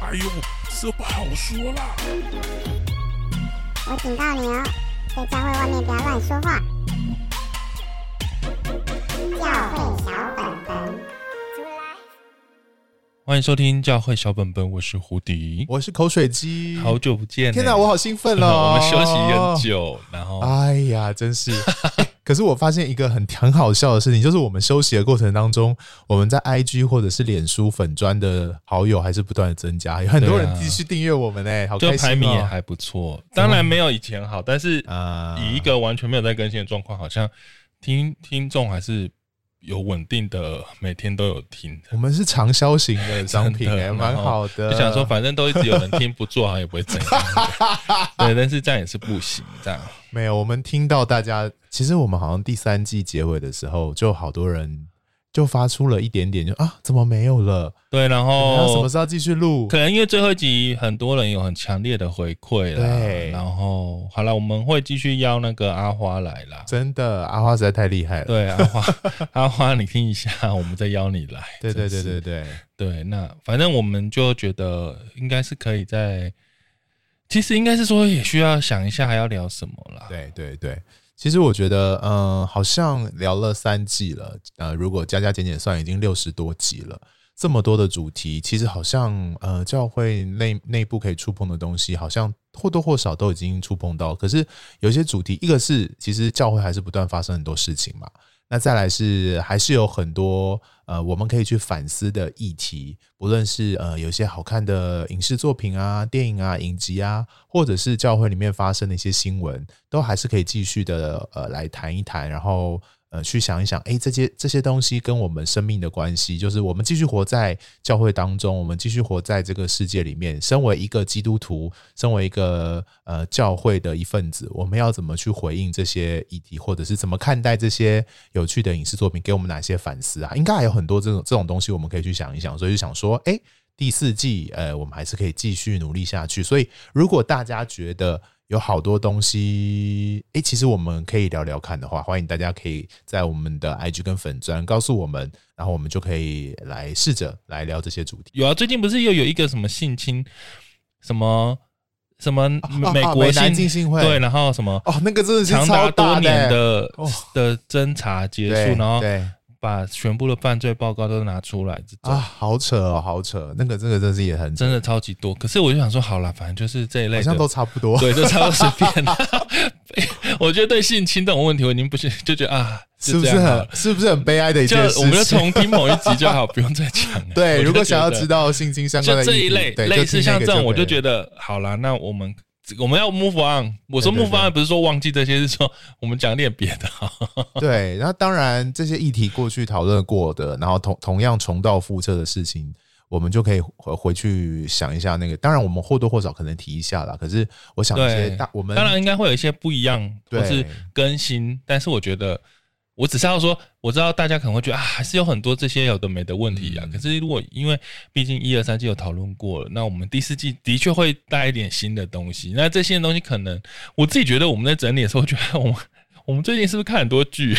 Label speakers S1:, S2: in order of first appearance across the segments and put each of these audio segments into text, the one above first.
S1: 哎呦，这不好说啦。
S2: 我警告你哦，在教会外面不要乱说话。教会小本本，
S3: 欢迎收听教会小本本，我是胡迪，
S4: 我是口水鸡，
S3: 好久不见、欸，
S4: 天哪，我好兴奋
S3: 我
S4: 哦！
S3: 们休息很。久，然后、
S4: 哎呀，真是。 欸可是我发现一个很很好笑的事情，就是我们休息的过程当中，我们在 IG 或者是脸书粉砖的好友还是不断的增加，有很多
S3: 对
S4: 人
S3: 啊
S4: 继续订阅我们哎、好
S3: 就
S4: 开心、哦！
S3: 排名也还不错，当然没有以前好，但是
S4: 啊
S3: 以一个完全没有在更新的状况，好像听听众还是有稳定的，每天都有听
S4: 我
S3: 的。
S4: 们是长销型的商品
S3: 真的
S4: 哎、蛮好的。
S3: 就想说，反正都一直有人听，不做好像也不会怎 样。对，但是这样也是不行，这样
S4: 没有，我们听到大家，其实我们好像第三季结尾的时候，就好多人就发出了一点点就，啊，怎么没有了？
S3: 对。然
S4: 那什
S3: 后
S4: 么时候继续录
S3: 哦可？能因为最后一集很多人有很强烈的回馈啦，
S4: 对
S3: 然后好了，我们会继续邀那个阿花来啦。
S4: 真的，阿花实在太厉害了。
S3: 对，阿花， 阿花，你听一下，我们再邀你来。
S4: 对对
S3: 真
S4: 对对
S3: 是
S4: 对，
S3: 对，那反正我们就觉得应该是可以在，其实应该是说也需要想一下还要聊什么啦。
S4: 对对对。其实我觉得，嗯、好像聊了三季了，呃，如果加加减减算，已经六十多集了。这么多的主题，其实好像呃，教会内内部可以触碰的东西，好像或多或少都已经触碰到。可是有些主题，一个是其实教会还是不断发生很多事情嘛，那再来是还是有很多呃我们可以去反思的议题，不论是呃有一些好看的影视作品啊、电影啊、影集啊，或者是教会里面发生的一些新闻，都还是可以继续的呃来谈一谈，然后。呃，去想一想，诶，这些这些东西跟我们生命的关系，就是我们继续活在教会当中，我们继续活在这个世界里面。身为一个基督徒，身为一个呃教会的一份子，我们要怎么去回应这些议题，或者是怎么看待这些有趣的影视作品，给我们哪些反思啊？应该还有很多这种这种东西，我们可以去想一想。所以就想说，诶，第四季，呃，我们还是可以继续努力下去。所以，如果大家觉得有好多东西，诶，其实我们可以聊聊看的话，欢迎大家可以在我们的 IG 跟粉砖告诉我们，然后我们就可以来试着来聊这些主题。
S3: 有啊，最近不是又有一个什么性侵，什么什么
S4: 啊
S3: 美
S4: 啊
S3: 国
S4: 美
S3: 性
S4: 南浸信会
S3: 对，然后什么
S4: 哦，那个真的是
S3: 长
S4: 超
S3: 达
S4: 大
S3: 多年
S4: 的
S3: 的
S4: 哦
S3: 的侦查结
S4: 对
S3: 束，然后
S4: 对
S3: 把全部的犯罪报告都拿出来，这
S4: 啊，
S3: 种
S4: 好扯哦，好扯，那个这个真是也很扯
S3: 真的超级多。可是我就想说，好了，反正就是这一类
S4: 好
S3: 的，
S4: 像都差不多。
S3: 对，就差不多随便了。 我觉得对性侵这种问题，我已经不是就觉得啊，
S4: 是不
S3: 就这
S4: 是
S3: 样好了
S4: 很是不是很悲哀的一
S3: 就
S4: 件事情？
S3: 我们就从听某一集就好，不用再讲了。我
S4: 对，
S3: 就
S4: 如果想要
S3: 觉得
S4: 知道性侵相关
S3: 就
S4: 的
S3: 这
S4: 议
S3: 一
S4: 题
S3: 类
S4: 对
S3: 类似像这种，我就觉
S4: 得
S3: 得好啦，那我们我们要 move on。我说
S4: 对对
S3: move on
S4: 对
S3: 不是说忘记这些，是说我们讲点别的。
S4: 对。然后当然这些议题过去讨论过的，然后同同样重蹈覆辙的事情，我们就可以回回去想一下那个。当然我们或多或少可能提一下啦，可是我想一些
S3: 对
S4: 大我们
S3: 当然应该会有一些不一样
S4: 对
S3: 或是更新，但是我觉得。我只是要说，我知道大家可能会觉得啊，还是有很多这些有的没的问题啊。
S4: 嗯
S3: 可是如果因为毕竟一二三季有讨论过了，那我们第四季的确会带一点新的东西。那这些东西可能我自己觉得我们在整理的时候，觉得我们我们最近是不是看很多 剧？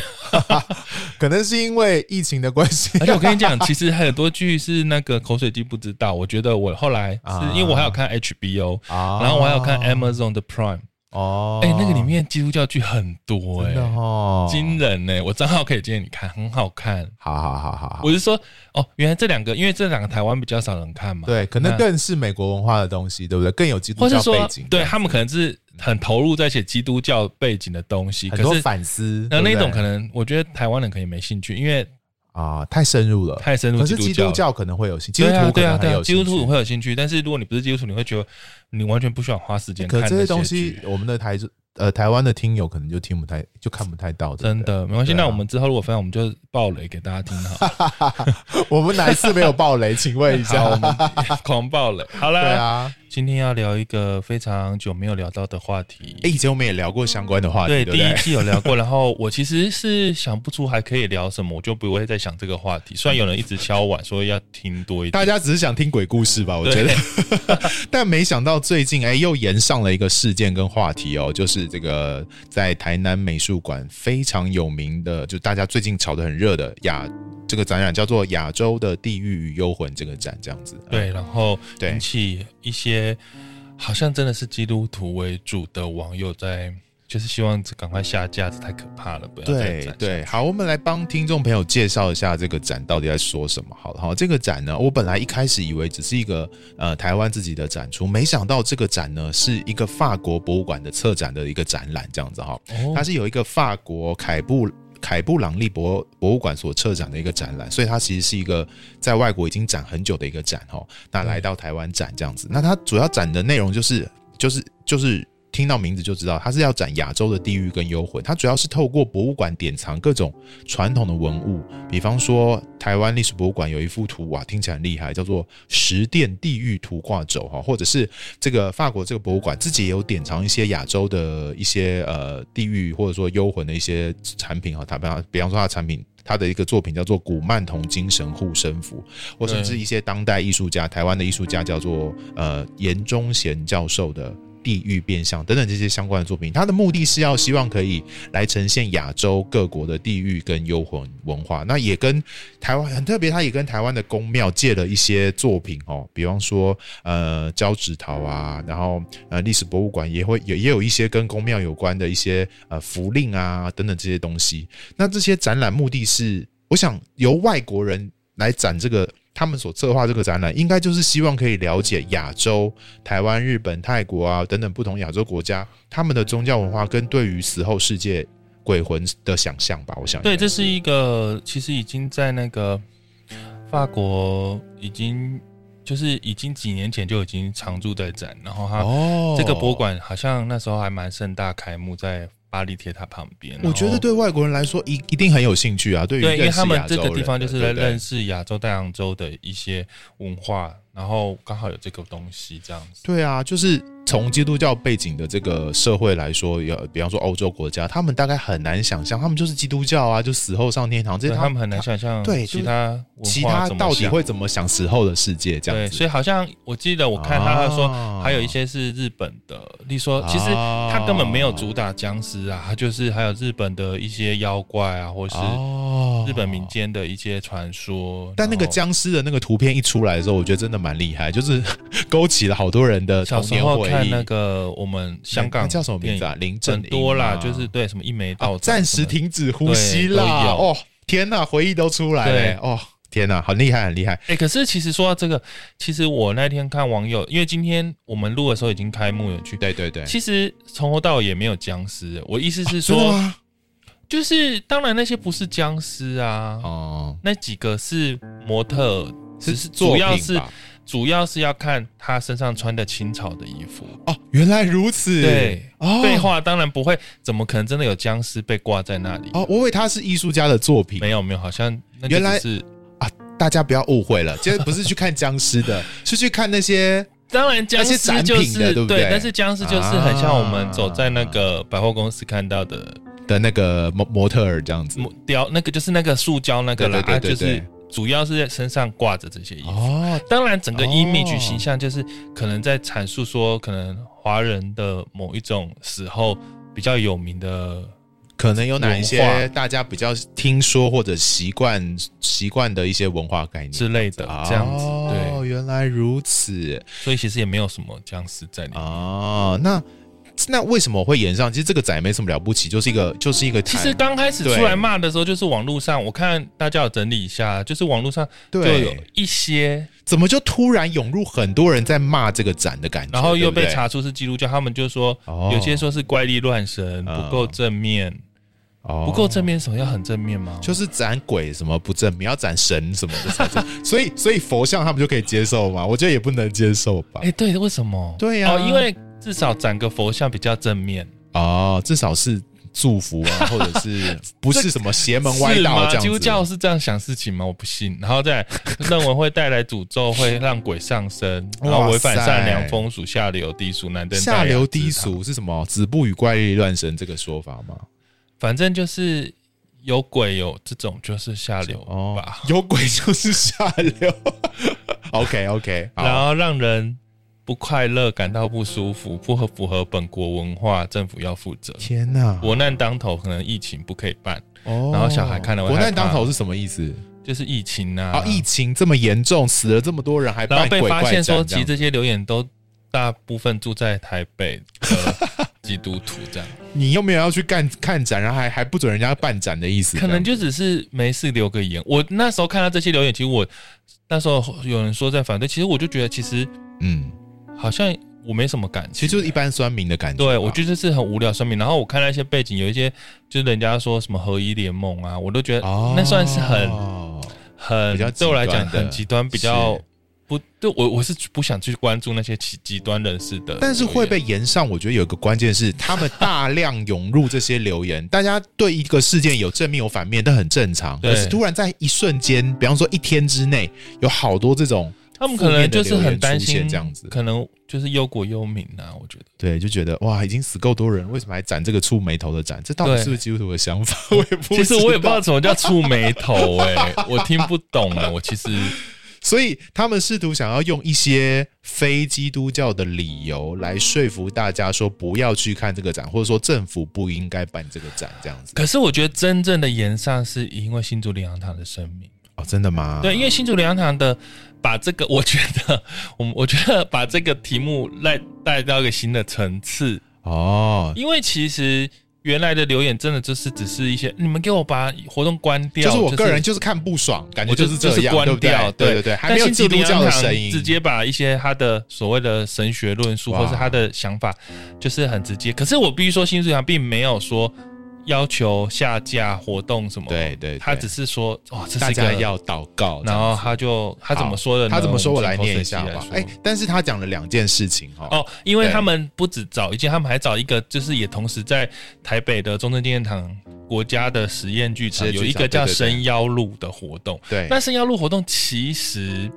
S4: 可能是因为疫情的关系啊
S3: 而且我跟你讲，其实还有很多剧是那个口水鸡不知道。我觉得我后来是
S4: 啊
S3: 因为我还有看 HBO，、
S4: 啊
S3: 然后我还有看 Amazon 的 Prime，
S4: 哦，
S3: 哎、那个里面基督教剧很多哎、
S4: 真的哦，
S3: 惊人呢、我账号可以建议你看，很好看。
S4: 好好好好好
S3: 我，是说，哦，原来这两个，因为这两个台湾比较少人看嘛，，
S4: 对，可能
S3: 那
S4: 更是美国文化的东西，对不对？更有基督
S3: 或是
S4: 教
S3: 说
S4: 背景，，
S3: 对他们可能是很投入在写基督教背景的东西，
S4: 很
S3: 可
S4: 多
S3: 是
S4: 反思，
S3: 那那
S4: 对不对
S3: 种可能，我觉得台湾人可能没兴趣，因为
S4: 啊太深入了，
S3: 太深入
S4: 可是
S3: 基
S4: 基
S3: 督
S4: 督
S3: 教
S4: 教可能会有兴，基督
S3: 对啊，
S4: 徒可
S3: 对啊，
S4: 能
S3: 对
S4: 很
S3: 啊，
S4: 有
S3: 基
S4: 兴
S3: 督
S4: 趣。
S3: 徒会有兴趣，但是如果你不是基督徒，你会觉得你完全不需要花时间
S4: 可
S3: 看
S4: 这
S3: 那
S4: 些东
S3: 剧
S4: 西，我们的台呃台湾的听友可能就听不太，就看不太到。对
S3: 真
S4: 不对，
S3: 的没关系。
S4: 对啊
S3: 那我们之后如果分享，我们就爆雷给大家听好 了。
S4: 我们哪一次没有爆雷？请问一
S3: 好，我
S4: 下。
S3: 们 狂爆雷。好
S4: 啊 对
S3: 啦，
S4: 啊，
S3: 今天要聊一个非常久没有聊到的话题。
S4: 哎，以前我们也聊过相关的话题，对不
S3: 第一
S4: 对？
S3: 季有聊过，然后我其实是想不出还可以聊什么，我就不会再想这个话题。虽然有人一直敲碗说要听多一点，
S4: 大家只是想听鬼故事吧，我觉得。 但没想到最近哎，又延上了一个事件跟话题哦，就是这个在台南美术馆非常有名的，就大家最近炒得很热的亚这个展览叫做《亚洲的地狱与幽魂》这个展，这样子。
S3: 对，然后
S4: 对
S3: 引起一些好像真的是基督徒为主的网友在，就是希望赶快下架，这太可怕了，不要再
S4: 对
S3: 展
S4: 对，好，我们来帮听众朋友介绍一下这个展到底在说什么好了。好，这个展呢，我本来一开始以为只是一个呃台湾自己的展出，没想到这个展呢是一个法国博物馆的策展的一个展览，这样子哈。
S3: 哦
S4: 它是有一个法国凯布凯布朗利博博物馆所策展的一个展览，所以它其实是一个在外国已经展很久的一个展哦。那
S3: 嗯
S4: 来到台湾展这样子，那它主要展的内容就是就是就是。听到名字就知道，它是要展亚洲的地狱跟幽魂。它主要是透过博物馆典藏各种传统的文物，比方说台湾历史博物馆有一幅图哇，听起来很厉害，叫做《十殿地狱图画轴》哈，或者是这个法国这个博物馆自己也有典藏一些亚洲的一些呃地域或者说幽魂的一些产品哈，它比方比方说它的产品。它的一个作品叫做《古曼童精神护身符》，或甚至一些当代艺术家，台湾的艺术家叫做呃严忠贤教授的《地狱变相》等等这些相关的作品。它的目的是要希望可以来呈现亚洲各国的地域跟幽魂文化。那也跟台湾很特别，它也跟台湾的宫庙借了一些作品哦，比方说呃胶纸陶
S3: 嗯
S4: 啊，然后呃历史博物馆也会也也有一些跟宫庙有关的一些呃符令啊等等这些东西。那这些展览目的是，我想由外国人来展这个。他们所策划这个展览，应该就是希望可以了解亚洲、台湾、日本、泰国啊等等不同亚洲国家他们的宗教文化跟对于死后世界鬼魂的想象吧。我想应该
S3: 对，这是一个其实已经在那个法国已经就是已经几年前就已经常驻在展，然后它
S4: 哦
S3: 啊这个博物馆好像那时候还蛮盛大开幕，在巴黎铁塔旁边。
S4: 我觉得对外国人来说一一定很有兴趣啊，对于
S3: 对，因为
S4: 认识
S3: 他们
S4: 亚
S3: 这
S4: 洲
S3: 个
S4: 人
S3: 地方就是
S4: 的
S3: 来
S4: 对对
S3: 认识亚洲大洋洲的一些文化，然后刚好有这个东西这样子。
S4: 对啊，就是从基督教背景的这个社会来说，有比方说欧洲国家，他们大概很难想象，他们就是基督教啊，就死后上天堂，这
S3: 对
S4: 些
S3: 他们很难想象
S4: 对
S3: 其
S4: 就是
S3: 他文
S4: 其
S3: 化
S4: 他
S3: 怎么
S4: 到底
S3: 想
S4: 会怎么想死后的世界这
S3: 对，
S4: 样
S3: 所
S4: 子。
S3: 以好像我记得我看他他说
S4: 啊
S3: 还有一些是日本的，例如说其实他根本没有主打僵尸啊，他就是还有日本的一些妖怪啊，或是
S4: 哦
S3: 日本民间的一些传说。
S4: 但那个
S3: 然后
S4: 僵尸的那个图片一出来的时候，我觉得真的蛮厉害，就是 勾起了好多人的呃童
S3: 小时
S4: 年
S3: 候
S4: 回
S3: 看
S4: 忆。
S3: 那个我们香
S4: 那
S3: 港
S4: 那叫什么名字啊
S3: 电影
S4: 林正英啊
S3: 很多啦，
S4: 吗
S3: 就是对什么一眉道
S4: 啊暂时
S3: 停。
S4: 停止呼吸啦！
S3: 对都有
S4: 哦，天呐，回忆都出来了
S3: 对
S4: 哦，天呐，很厉害，很厉害。
S3: 哎、可是其实说到这个，其实我那天看网友，因为今天我们录的时候已经开幕了去，
S4: 对对对，
S3: 其实从头到尾也没有僵尸。我意思是
S4: 真的
S3: 说，
S4: 吗？
S3: 就是当然那些不是僵尸啊，
S4: 哦，
S3: 那几个是模特儿，只是
S4: 作
S3: 主要
S4: 品
S3: 是
S4: 吧
S3: 主要是要看他身上穿的清朝的衣服。
S4: 哦，原来如此。
S3: 对，
S4: 哦，
S3: 废话当然不会，怎么可能真的有僵尸被挂在那里？
S4: 哦，我以为它是艺术家的作品
S3: 没有没有，好像那就
S4: 原来
S3: 只是
S4: 啊，大家不要误会了，今天不是去看僵尸 的，是去看那些
S3: 当然僵
S4: 那
S3: 尸
S4: 些展
S3: 就
S4: 品
S3: 是
S4: 的对不啊对
S3: 但是僵尸就是很像我们走在那个百货公司看到的
S4: 的那个模模特儿这样子。
S3: 木雕，那个就是那个塑胶那个啦，
S4: 对对对对
S3: 啊
S4: 对
S3: 就是主要是在身上挂着这些衣服。
S4: 哦，
S3: 当然，整个
S4: 哦
S3: image 形象就是可能在阐述说，可能华人的某一种死后比较有名的，
S4: 可能有哪一
S3: 文
S4: 些大家比较听说或者习惯习惯的一些文化概念
S3: 之类的这样子
S4: 哦，
S3: 对
S4: 原来如此
S3: 所以其实也没有什么僵尸在里面。
S4: 哦，那那为什么会延上？其实这个展也没什么了不起，就是一个就是一个
S3: 其
S4: 谈。
S3: 实刚开始
S4: 对
S3: 出来骂的时候，就是网络上，我看大家有整理一下，啊就是网络上就
S4: 对
S3: 有一些
S4: 怎么就突然涌入很多人在骂这个展的感觉，
S3: 然后又被
S4: 对不对
S3: 查出是基督教，他们就说、
S4: 哦
S3: 有些说是怪力乱神，
S4: 嗯
S3: 不够正面，
S4: 哦
S3: 不够正面，什么要很正面吗？
S4: 就是斩鬼什么不正，你要斩神什么的才正，所以 所以佛像他们就可以接受吗？我觉得也不能接受吧
S3: 哎、。对，为什么？
S4: 对呀啊
S3: 哦，因为至少展个佛像比较正面，
S4: 哦，至少是祝福啊，或者 是不是什么邪门歪
S3: 是
S4: 道
S3: 吗
S4: 这样
S3: 基
S4: 子？
S3: 督教是这样想事情吗？我不信。然后再来认为会带来诅咒，会让鬼上身，然后违反
S4: 哇塞
S3: 善良风俗、下流低俗、难登大雅
S4: 下流低
S3: 之堂，
S4: 俗是什么？子不语怪力乱神这个说法吗？
S3: 反正就是有鬼有这种就是下流
S4: 哦
S3: 吧，，
S4: 有鬼就是下 流。OK OK，
S3: 然
S4: 好，
S3: 后让人不快乐、感到不舒服，不合符合本国文化，政府要负责。
S4: 天哪！
S3: 国难当头，可能疫情不可以办，
S4: 哦
S3: 然后小孩看了会
S4: 国
S3: 害
S4: 难
S3: 怕
S4: 当头是什么意思？
S3: 就是疫情啊，
S4: 啊，疫情这么严重，死了这么多人，还
S3: 然后
S4: 办
S3: 被
S4: 鬼
S3: 发
S4: 怪
S3: 现
S4: 战
S3: 说，
S4: 这
S3: 其
S4: 样
S3: 实这些留言都大部分住在台北 的基督徒，这样
S4: 你又没有要去干看展，然后还还不准人家办展的意思，
S3: 可能
S4: 这
S3: 就只是没事留个言。我那时候看到这些留言，其实我那时候有人说在反对，其实我就觉得其实
S4: 样嗯，
S3: 好像我没什么感情，
S4: 其实就是一般酸民的感觉吧。
S3: 对我觉得是很无聊声明。然后我看到一些背景，有一些就是人家说什么合一联盟啊，我都觉得
S4: 哦，
S3: 那算是很很
S4: 比较
S3: 对我来讲
S4: 极端的
S3: 很极端，比较
S4: 是。
S3: 不，对我我是不想去关注那些极极端人士的，
S4: 但是会被延上，我觉得有一个关键是，他们大量涌入这些留言，大家对一个事件有正面有反面，但很正常。
S3: 对
S4: 可是突然在一瞬间，比方说一天之内，有好多这种，
S3: 他们可能就是很担
S4: 负
S3: 心
S4: 面的留言出现这样子
S3: 可能就是忧国忧民啊。我觉得
S4: 对，就觉得哇，已经死够多人，为什么还展这个触眉头的展？这到底
S3: 对
S4: 是不是基督徒的想法？ 我也不，
S3: 其实我也不知道。什么叫触眉头、哎， 我听不懂了。我其实
S4: 所以他们试图想要用一些非基督教的理由来说服大家说不要去看这个展，或者说政府不应该办这个展，这样子。
S3: 可是我觉得真正的延上是因为新竹灵粮堂的生命，
S4: 哦，真的吗？
S3: 对，因为新竹灵粮堂的把这个， 我觉得我们我觉得把这个题目带带到一个新的层次，
S4: 哦，
S3: 因为其实。原来的留言真的就是只是一些，你们给我把活动关掉，
S4: 就是我个人就是看不爽，感觉
S3: 我就是是
S4: 这
S3: 就是
S4: 样，
S3: 关
S4: 对不
S3: 掉
S4: 对对
S3: 对
S4: 对，还
S3: 但
S4: 没有
S3: 新
S4: 基
S3: 竹
S4: 督
S3: 灵
S4: 教
S3: 粮
S4: 的
S3: 堂
S4: 声音，
S3: 直接把一些他的所谓的神学论述，
S4: 哇
S3: 或是他的想法，就是很直接。可是我必须说，新竹灵堂并没有说要求下架活动什么，
S4: 对对对
S3: 他只是说哦，这是
S4: 大
S3: 一
S4: 家
S3: 个，
S4: 要祷告，
S3: 然后他就他怎么说的呢？
S4: 他怎么说？我来
S3: 们请
S4: 念一下
S3: 口水
S4: 好
S3: 机
S4: 不
S3: 来
S4: 好
S3: 说？
S4: 哎，但是他讲了两件事情哈。
S3: 哦，因为
S4: 对
S3: 他们不止找一件，他们还找一个，就是也同时在台北的中正纪念堂国家的实验剧
S4: 实
S3: 场
S4: 验剧
S3: 有
S4: 场
S3: 一个叫“
S4: 对对对
S3: 神妖路”的活动。
S4: 对，
S3: 那声妖路活动其实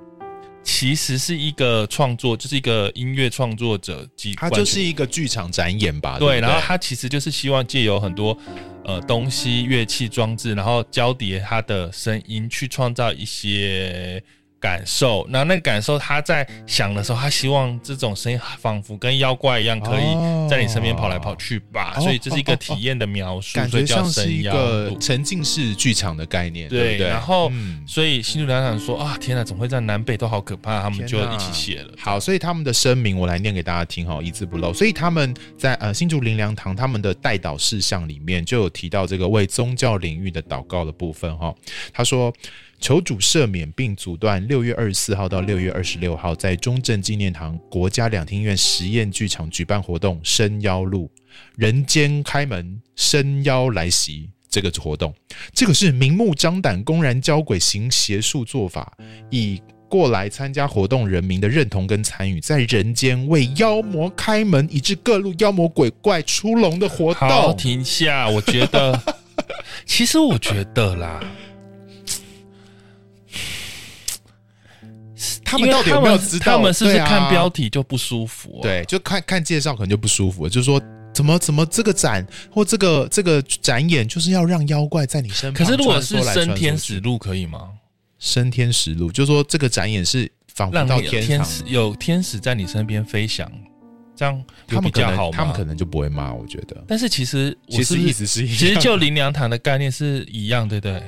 S3: 其实是一个创作，就是一个音乐创作者及
S4: 他
S3: 关
S4: 就是一个剧场展演吧？
S3: 对，
S4: 啊不
S3: 然后他其实就是希望借由很多呃东西、乐器装置，然后交叠他的声音，去创造一些感受。那那个感受，他在想的时候，他希望这种声音仿佛跟妖怪一样，可
S4: 哦
S3: 以在你身边跑来跑去吧。
S4: 哦
S3: 所以这是一个体验的描述，
S4: 感
S3: 所以
S4: 觉
S3: 叫
S4: 像是
S3: 声
S4: 一
S3: 妖
S4: 个
S3: 路
S4: 沉浸式剧场的概念，对
S3: 对，
S4: 不对？
S3: 然后、
S4: 嗯
S3: 所以新竹疗养说啊，天哪，怎么会在南北都好可怕？他们就
S4: 天哪
S3: 一起写了。
S4: 好，所以他们的声明我来念给大家听哈，一字不漏。所以他们在呃新竹灵粮堂他们的代祷事项里面就有提到这个为宗教领域的祷告的部分哈。他说。求主赦免并阻断六月二十四号到六月二十六号在中正纪念堂国家两厅院实验剧场举办活动“伸妖路人间开门，伸妖来袭”这个活动。这个是明目张胆、公然交鬼行邪术做法，以过来参加活动人民的认同跟参与，在人间为妖魔开门，以致各路妖魔鬼怪出笼的活
S3: 好，
S4: 动。
S3: 停下，我觉 得，其实我觉得啦，
S4: 他们到底有没有知道？
S3: 他们是不是
S4: 对啊
S3: 看标题就不舒服、，啊
S4: 对，啊就看看介绍可能就不舒服了，就是说怎么怎么这个展或这个这个展演就是要让妖怪在你身
S3: 可
S4: 旁穿梭
S3: 是
S4: 来穿梭去。
S3: 如果是升天使路可以吗？
S4: 升天使路，就是说这个展演是仿佛
S3: 让
S4: 到
S3: 你有
S4: 堂
S3: 天使有天使在你身边飞翔，这样有
S4: 他
S3: 比
S4: 们可
S3: 较
S4: 能
S3: 好吗？
S4: 他们可能就不会骂，我觉得。
S3: 但是其实我是
S4: 其实
S3: 不是
S4: 意思是一样，
S3: 其实就林良堂的概念是一样，对不对？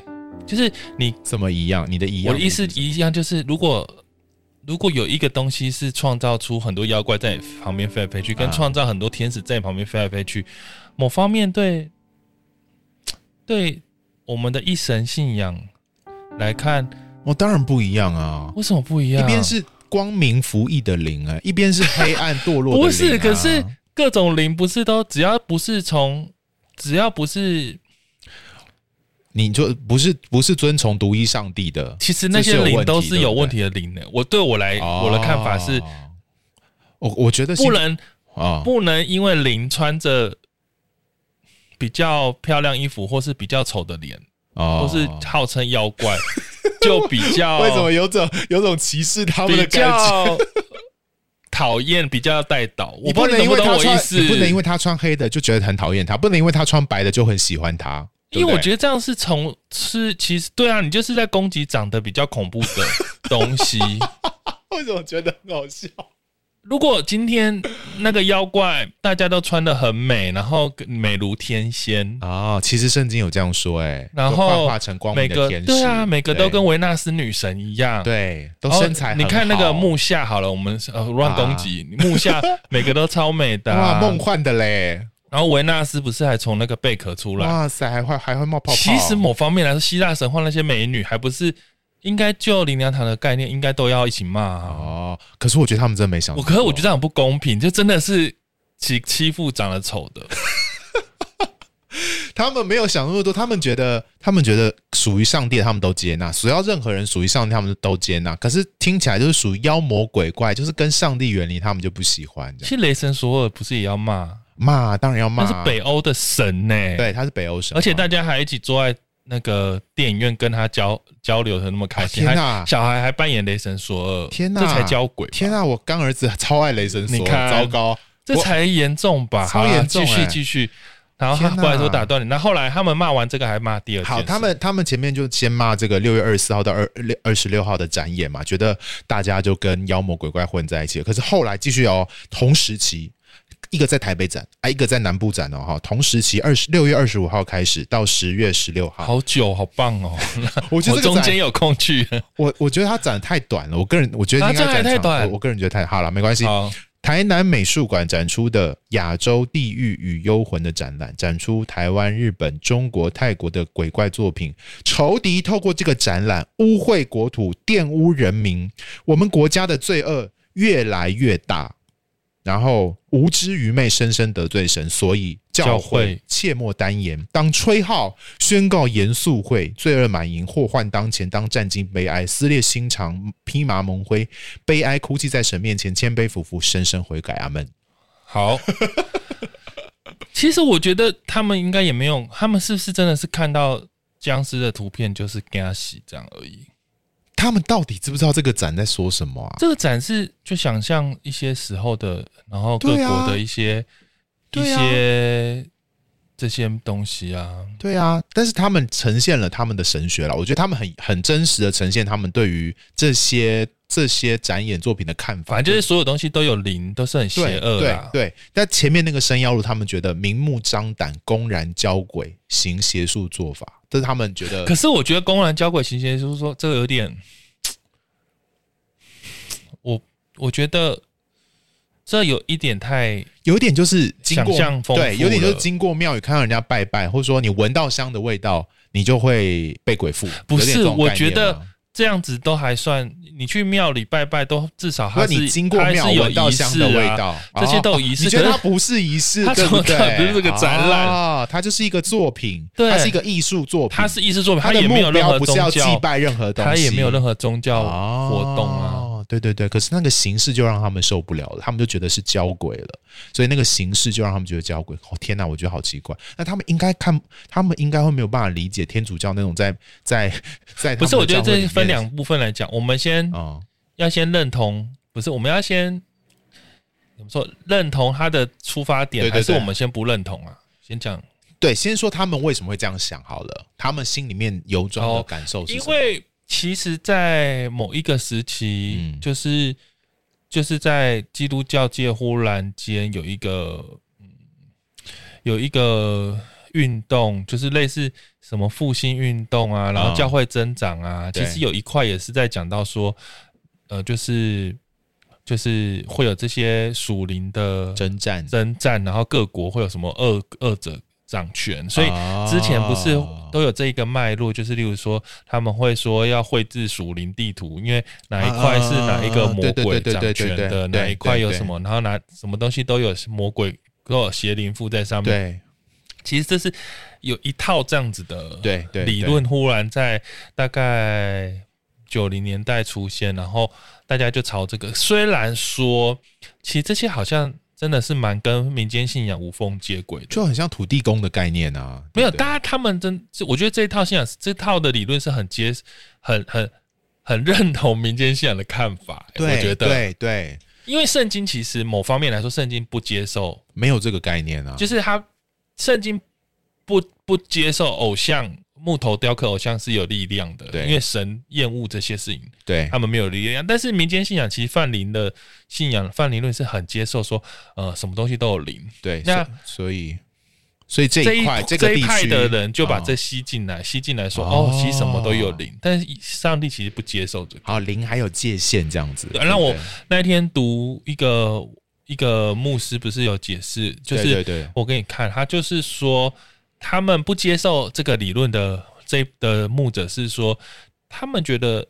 S3: 就是你
S4: 怎么一样？你的一样，
S3: 我的意思一样，就是如果如果有一个东西是创造出很多妖怪在你旁边飞来飞去，跟
S4: 啊
S3: 创造很多天使在你旁边飞来飞去，某方面对对我们的一神信仰来看，
S4: 我、哦、当然不一样啊，
S3: 为什么不一样？
S4: 一边是光明服役的灵啊，一边是黑暗堕落的灵、啊。
S3: 不是？可是各种灵不是都只要不是从只要不是，
S4: 你就不是不是遵从独一上帝的，
S3: 其实那
S4: 这
S3: 些
S4: 是有问题
S3: 灵都是有问
S4: 对
S3: 题的灵的。我对我来我的看法是
S4: 哦，我我觉得是
S3: 不能
S4: 啊，
S3: 不能因为灵穿着比较漂亮衣服，或是比较丑的脸，
S4: 哦
S3: 或是号称妖 怪，就比较
S4: 为什么有种有种歧视他们的
S3: 比
S4: 感觉？
S3: 较讨厌，比较带倒。我
S4: 你
S3: 不
S4: 不
S3: 知道
S4: 能
S3: 你
S4: 因
S3: 懂
S4: 为
S3: 懂
S4: 他
S3: 我意
S4: 穿，
S3: 思，
S4: 你不能因为他穿黑的就觉得很讨厌他，不能因为他穿白的就很喜欢他。
S3: 因为我觉
S4: 得
S3: 得这样是从是其实对啊，你就是在攻击长得比较恐怖的东 西。
S4: 为什么觉得很 好笑？
S3: 如果今天那个妖怪大家都穿的很美，然后美如天仙，
S4: 啊、其实圣经有这样说、哎，
S3: 哦然
S4: 就
S3: 后
S4: 幻化成光明
S3: 每
S4: 的
S3: 个
S4: 天使，
S3: 对啊，每个都
S4: 对
S3: 跟维纳斯女神一样，。
S4: 对都
S3: 然后
S4: 身材很好、啊
S3: 你看那个木下好了，我们呃乱攻击、 木下，每个都超美的、啊
S4: 哇，，梦。幻的嘞，
S3: 然后维纳斯不是还从那个贝壳出来？
S4: 哇塞，还会还会冒泡泡。
S3: 其实某方面来说，希腊神话那些美女还不是应该就林良堂的概念，应该都要一起骂、啊。
S4: 哦，可是我觉得他们真的没想到，
S3: 我可是我觉得很不公平，就真的是欺欺负长得丑 的。
S4: 他们没有想那么多，他们觉得他们觉得属于上帝，他们都接纳；只要任何人属于上帝，他们都接纳。可是听起来就是属于妖魔鬼怪，就是跟上帝远离，他们就不喜欢这
S3: 其
S4: 样。
S3: 实雷神索尔不是也要骂，
S4: 骂当然要
S3: 他
S4: 骂，
S3: 是北欧的神呢、，
S4: 对，他是北欧神话，
S3: 而且大家还一起坐在那个电影院跟他交交流的那么开心，
S4: 啊天哪
S3: 还小孩还扮演雷神索尔，
S4: 天哪
S3: 这才交鬼吧，
S4: 天啊，我干儿子超爱雷神索尔，
S3: 你看
S4: 糟糕，
S3: 这才严重吧？
S4: 超
S3: 好啦
S4: 严重
S3: 继续
S4: 欸
S3: 继续。然后他
S4: 天哪
S3: 不然说打断你，那后来他们骂完这个还骂第二件事，
S4: 好，他们他们前面就先骂这个六月二十四号到二六二十六号的展演嘛，觉得大家就跟妖魔鬼怪混在一起了。可是后来继续哦，同时期。一个在台北展，啊，一个在南部展哦，哈，同时期二十六月二十五号开始到十月十六号，
S3: 好久，好棒哦！
S4: 我觉
S3: 我
S4: 得这个
S3: 中
S4: 展
S3: 间，有空去。
S4: 我我觉得它展得太短了，我个人我觉得应该
S3: 啊这还
S4: 展
S3: 太
S4: 长
S3: 短
S4: 我我个人觉得太好了，没关系，
S3: 好，
S4: 台南美术馆展出的《亚洲地狱与幽魂》的展览，展出台湾、日本、中国、泰国的鬼怪作品。仇敌透过这个展览污秽国土、玷污人民，我们国家的罪恶越来越大。然后无知愚昧深深得罪神，所以教
S3: 教
S4: 会
S3: 会
S4: 切莫单言。当吹号宣告严肃会，罪恶满盈，祸患当前，当战惊悲哀，撕裂心肠，披麻蒙灰，悲哀哭泣在神面前，谦卑俯伏，深深悔改。阿门。
S3: 好。其实我觉得他们应该也没有，他们是不是真的是看到僵尸的图片就是给他洗这样而已？
S4: 他们到底知不知道这个展在说什么啊？
S3: 这个展示就想象一些时候的，然后各
S4: 对啊
S3: 国的一些、一
S4: 对啊
S3: 些这些东西啊。
S4: 对啊，但是他们呈现了他们的神学了，我觉得他们很很真实的呈现他们对于这些这些展演作品的看法，
S3: 反正就是所有东西都有灵，都是很邪
S4: 对
S3: 恶
S4: 对
S3: 啦。
S4: 对，但前面那个山妖路，他们觉得明目张胆、公然交鬼、行邪术做法，这是他们觉得
S3: 可是我觉得公然交鬼行邪，就是说这个有点，我我觉得这有一点太
S4: 有一点就是经过
S3: 想象丰富
S4: 对，有点就是
S3: 了
S4: 经过庙宇看到人家拜拜，或者说你闻到香的味道，你就会被鬼附。
S3: 不
S4: 有点
S3: 是
S4: 这种
S3: 我
S4: 概念
S3: 觉得
S4: 吗
S3: 这样子都还算，你去庙里拜拜都至少
S4: 那
S3: 还是
S4: 你经过
S3: 还
S4: 庙
S3: 是有
S4: 闻到
S3: 仪
S4: 香
S3: 式
S4: 的味
S3: 啊
S4: 道，
S3: 这些都有仪
S4: 哦
S3: 式
S4: 你觉
S3: 可是
S4: 得它不是仪式，
S3: 它
S4: 对
S3: 怎么
S4: 对
S3: 可能不是个展览
S4: 哦，它就是一个作品，
S3: 对
S4: 它是一个艺术作品，
S3: 它是艺术作品，
S4: 它的
S3: 也没有
S4: 目
S3: 任
S4: 标
S3: 何
S4: 不是要
S3: 宗
S4: 祭
S3: 教，
S4: 拜任何东西，
S3: 它也没有任
S4: 何
S3: 何宗教活动啊。
S4: 哦，对对对，可是那个形式就让他们受不了了，他们就觉得是交鬼了，所以那个形式就让他们觉得交鬼。哦天哪，我觉得好奇怪。那他们应该看，他们应该会没有办法理解天主教那种在在在他们的
S3: 不是，我觉得
S4: 教会里
S3: 这
S4: 面
S3: 分两部分来讲，我们先
S4: 哦
S3: 要先认同，不是我们要先怎么说认同他的出发
S4: 对
S3: 点，
S4: 对
S3: 还是
S4: 对
S3: 我们先不认同啊？先讲，
S4: 对，先说他们为什么会这样想好了，他们心里面由衷的
S3: 哦
S4: 感受是
S3: 因
S4: 什么
S3: 为其实，在某一个时期，
S4: 嗯
S3: 就是就是在基督教界忽然间有一个嗯有一个运动，就是类似什么复兴运动啊，然
S4: 嗯
S3: 后教会增长啊，
S4: 对
S3: 其实有一块也是在讲到说，呃，就是就是会有这些属灵的
S4: 征战，
S3: 征战，然后各国会有什么二二者掌权，
S4: 啊
S3: 所以
S4: 哦
S3: 之前不是都有这一个脉络，就是例如说他们会说要绘制属灵地图，因为哪一块是哪一个魔鬼掌权的，哪一块有什么，然后哪什么东西都有魔鬼都有邪灵附在上面。
S4: 对
S3: 其实这是有一套这样子的
S4: 对对
S3: 理论，忽然在大概九零年代出现，然后大家就朝这个。虽然说，其实这些好像真的是蛮跟民间信仰无缝接轨的。
S4: 就很像土地公的概念啊。
S3: 没有，
S4: 对不对
S3: 大家他们真，这我觉得这一套信仰，这套的理论是很接，很很很认同民间信仰的看法、欸
S4: 对
S3: 我觉得，
S4: 对对，
S3: 因为圣经其实某方面来说，圣经不接受，
S4: 没有这个概念啊。
S3: 就是他圣经不不接受偶像木头雕刻偶像是有力量的，
S4: 对
S3: 因为神厌恶这些事情，
S4: 对
S3: 他们没有力量。但是民间信仰其实泛灵的信仰，泛灵论是很接受说，呃，什么东西都有灵，
S4: 对，
S3: 那
S4: 所所以所以这
S3: 这
S4: 一块
S3: 这
S4: 个
S3: 一
S4: 地
S3: 派
S4: 区
S3: 的人就把
S4: 哦
S3: 这吸进来，吸进来说哦，
S4: 哦
S3: 其实什么都有灵，但是上帝其实不接受这个。
S4: 好零还有界限这样子。
S3: 对那
S4: 对不
S3: 我
S4: 对
S3: 那天读一个一个牧师不是有解释，就
S4: 对对
S3: 是
S4: 对
S3: 我给你看，他就是说他们不接受这个理论的这的牧者是说，他们觉得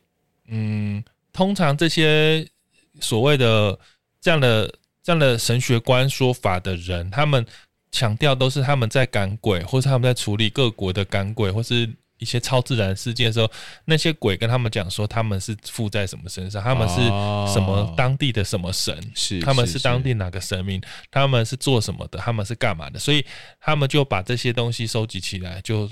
S3: 嗯，通常这些所谓的这样的这样的神学观说法的人，他们强调都是他们在赶鬼，或是他们在处理各国的赶鬼，或是一些超自然事件的时候，那些鬼跟他们讲说，他们是附在什么身上，他们是
S4: 哦
S3: 什么当地的什么神，
S4: 是
S3: 他们
S4: 是
S3: 是当地哪个神明，他们是做什么的，他们是干嘛的，所以他们就把这些东西收集起来，就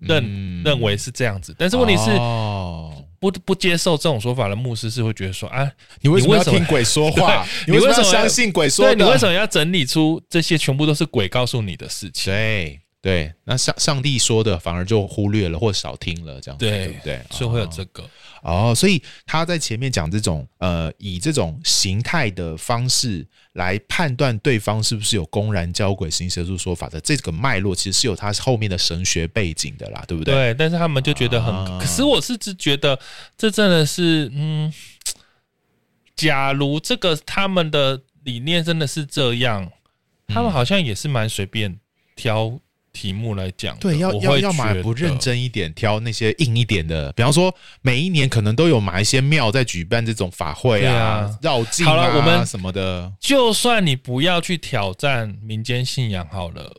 S3: 认、
S4: 嗯
S3: 认为是这样子。但是问题是。
S4: 哦
S3: 不不接受这种说法的牧师是会觉得说啊，
S4: 你为什么要
S3: 你为什么
S4: 听鬼说话？
S3: 对
S4: 为
S3: 你为
S4: 什么
S3: 什么
S4: 要相信鬼说
S3: 对
S4: 的？
S3: 你为什么要整理出这些全部都是鬼告诉你的事情？
S4: 对对，那上上帝说的反而就忽略了或少听了，这样子对
S3: 对
S4: 不对？
S3: 所以会有这个。
S4: 哦，所以他在前面讲这种呃，以这种形态的方式来判断对方是不是有公然交鬼行邪术说法的这个脉络，其实是有他后面的神学背景的啦，对不对？
S3: 对，但是他们就觉得很，
S4: 啊
S3: 可是我是只觉得这真的是，嗯，假如这个他们的理念真的是这样，他们好像也是蛮随便挑题目来讲的。
S4: 对，要
S3: 我
S4: 要
S3: 会
S4: 要
S3: 觉
S4: 买
S3: 得
S4: 不认。真一点，挑那些硬一点的。比方说，每一年可能都有哪一些庙在举办这种法会
S3: 对
S4: 啊
S3: 啊、
S4: 绕境
S3: 好了
S4: 啊
S3: 我们
S4: 什么的。
S3: 就算你不要去挑战民间信仰好了，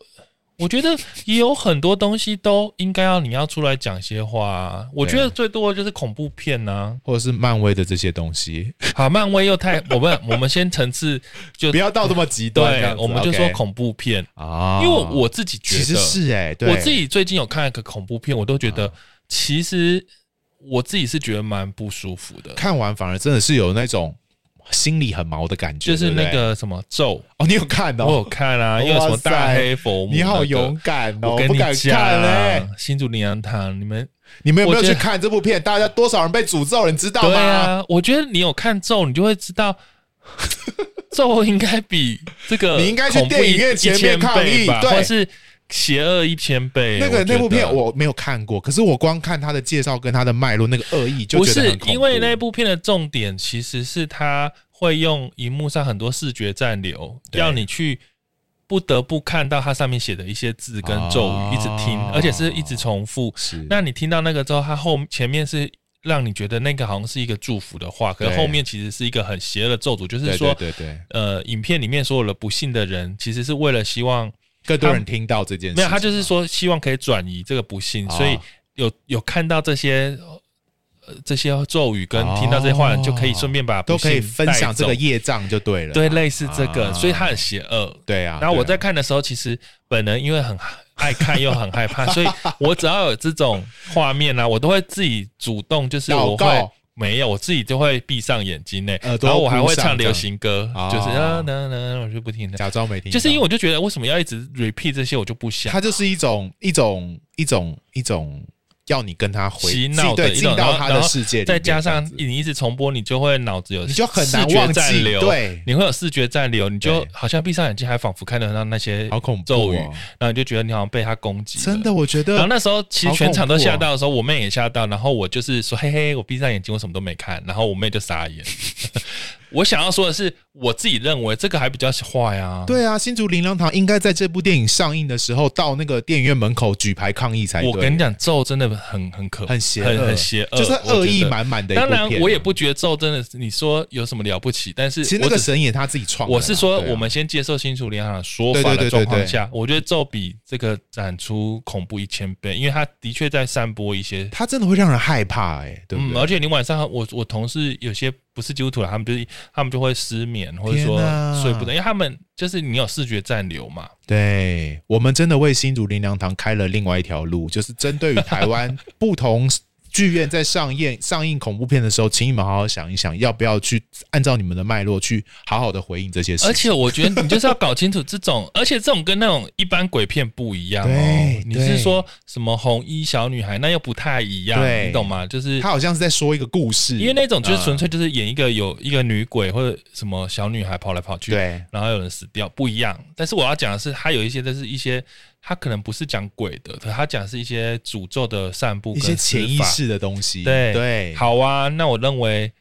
S3: 我觉得也有很多东西都应该要你要出来讲些话、啊。我觉得最多的就是恐怖片呐、
S4: 或者是漫威的这些东 西，
S3: 好，漫威又太，我们我们先层次就
S4: 不要到这么极端这样
S3: 对，
S4: 子。
S3: 我们就说
S4: OK
S3: 恐怖片，
S4: 啊，
S3: 因为我自己觉
S4: 其
S3: 得
S4: 实是哎、对嗯
S3: 我自己最近有看一个恐怖片，我都觉得其实我自己是觉得蛮不舒服的，
S4: 看完反而真的是有那种心里很毛的感觉，
S3: 就是那
S4: 对不对
S3: 个什么咒，
S4: 哦，你有看
S3: 我有
S4: 哦，
S3: 看啊，因为什么大黑佛母，
S4: 你好勇。敢哦，
S3: 我跟
S4: 不
S3: 你
S4: 敢
S3: 讲
S4: 看欸嘞、
S3: 啊，新竹灵羊堂，你们
S4: 你们有没有
S3: 我觉
S4: 去
S3: 得
S4: 看这部片？大家多少人被诅咒了，你知道
S3: 对
S4: 吗？
S3: 啊，我觉得你有看咒，你就会知道 咒应该比这个
S4: 你应该去
S3: 恐怖
S4: 电影
S3: 一
S4: 院前
S3: 一
S4: 面
S3: 千
S4: 抗
S3: 倍
S4: 议
S3: 吧，
S4: 对
S3: 或是邪恶一千倍。
S4: 那
S3: 我
S4: 个
S3: 觉
S4: 那部片
S3: 得
S4: 我没有看过，可是我光看他的介绍跟他的脉络，那个恶意就
S3: 不
S4: 觉得
S3: 是
S4: 很恐怖
S3: 因为那部片的重点其实是它会用荧幕上很多视觉暂留，
S4: 对
S3: 让你去不得不看到它上面写的一些字跟咒语，
S4: 哦
S3: 一直听，而且是一直重复。
S4: 是
S3: 那你听到那个之后，它后前面是。让你觉得那个好像是一个祝福的话，可是
S4: 对
S3: 后面其实是一个很邪恶的咒诅，就是
S4: 对
S3: 说，
S4: 对对对，
S3: 呃，影片里面所有的不幸的人，其实是为了希望
S4: 更多
S3: 他
S4: 人听到这件事情，
S3: 没有，他就是说希望可以转移这个不幸，
S4: 哦
S3: 所以有有看到这些呃这些咒语跟听到这些话，
S4: 哦
S3: 就可以顺便把
S4: 都
S3: 不
S4: 可以
S3: 幸
S4: 分享这个
S3: 带走
S4: 业障就对了，
S3: 对，类似这
S4: 啊
S3: 个，所以他很邪恶。
S4: 对啊。
S3: 然后我
S4: 对
S3: 在
S4: 啊
S3: 看的时候，其实本人因为很爱看又很害怕， 所以我只要有这种画面啊，我都会自己主动，就是
S4: 祷
S3: 我
S4: 告
S3: 会没有，我自己就会闭上眼睛呢、
S4: 耳朵
S3: 然后我还
S4: 闭
S3: 会
S4: 上
S3: 唱
S4: 这
S3: 流
S4: 样
S3: 行歌，
S4: 哦
S3: 就是啊那那我就不听了，
S4: 假装没听到，
S3: 就是因为我就觉得为什么要一直 repeat 这些，我就不想
S4: 它。就是一种一种一种一种要你跟他回
S3: 洗脑的
S4: 对
S3: 一
S4: 进
S3: 种，
S4: 到
S3: 然后
S4: 他
S3: 然
S4: 的
S3: 后
S4: 世界里面，
S3: 再加上
S4: 这样子
S3: 你一直重播，你就会脑子有
S4: 你就很难
S3: 视觉
S4: 忘记
S3: 暂留，
S4: 对
S3: 你会有视觉暂留，你就
S4: 对
S3: 好像闭上眼睛还仿佛看得到那些
S4: 好恐怖哦
S3: 咒语，然后你就觉得你好像被他攻击，
S4: 真的，。我觉
S3: 然后
S4: 得
S3: 那时候其
S4: 好
S3: 实全场
S4: 恐
S3: 都
S4: 怖哦
S3: 吓到的时候，我妹也吓到，然后我就是说嘿嘿，我闭上眼睛，我什么都没看，然后我妹就傻眼。 我想要说的是，我自己认为这个还比较坏啊，
S4: 对啊，新竹林良堂应该在这部电影上映的时候到那个电影院门口举牌抗议哎才对。
S3: 我跟你讲，咒真的很很可
S4: 很邪恶
S3: 很很邪恶，
S4: 就是恶
S3: 我
S4: 意
S3: 觉得
S4: 满满的一部
S3: 当
S4: 片啊
S3: 然，我也不觉得咒真的是，你说有什么了不起？但是
S4: 其实那
S3: 我
S4: 个
S3: 只是
S4: 神也他自己创的啦，
S3: 我是说，
S4: 对啊
S3: 我们先接受新竹联行的说法
S4: 对对对对
S3: 的状况下，我觉得咒比这个展出恐怖一千倍，因为它的确在散播一些，
S4: 他真的会让人害怕，哎，对不
S3: 嗯，
S4: 对
S3: 而？且你晚上我我同事有些不是基督徒啦，他们就是他们就会失眠，或者说
S4: 天哪
S3: 睡不着，因为他们就是你有视觉暂留嘛，
S4: 对我们真的为新竹林良堂开了另外一条路，就是针对于台湾不同剧院在上映上映恐怖片的时候，请你们好好想一想，要不要去按照你们的脉络去好好的回应这些事情。
S3: 而且我觉得你就是要搞清楚这种， 而且这种跟那种一般鬼片不一样哦
S4: 对。
S3: 你
S4: 对
S3: 是说什么红衣小女孩，那又不太一样，
S4: 对
S3: 你懂吗？就是
S4: 他好像是在说一个故事，
S3: 因为那种就是纯
S4: 粹、
S3: 粹就是演一个有一个女鬼或者什么小女孩跑来跑去，
S4: 对
S3: 然后有人死掉，不一样。但是我要讲的是，它有一些就是一些，它可能不是讲鬼的，可它讲是一些诅咒的散布
S4: 一
S3: 跟
S4: 些
S3: 施
S4: 潜意
S3: 法。
S4: 识的东西。
S3: 对
S4: 对，好，
S3: 好啊，那我认为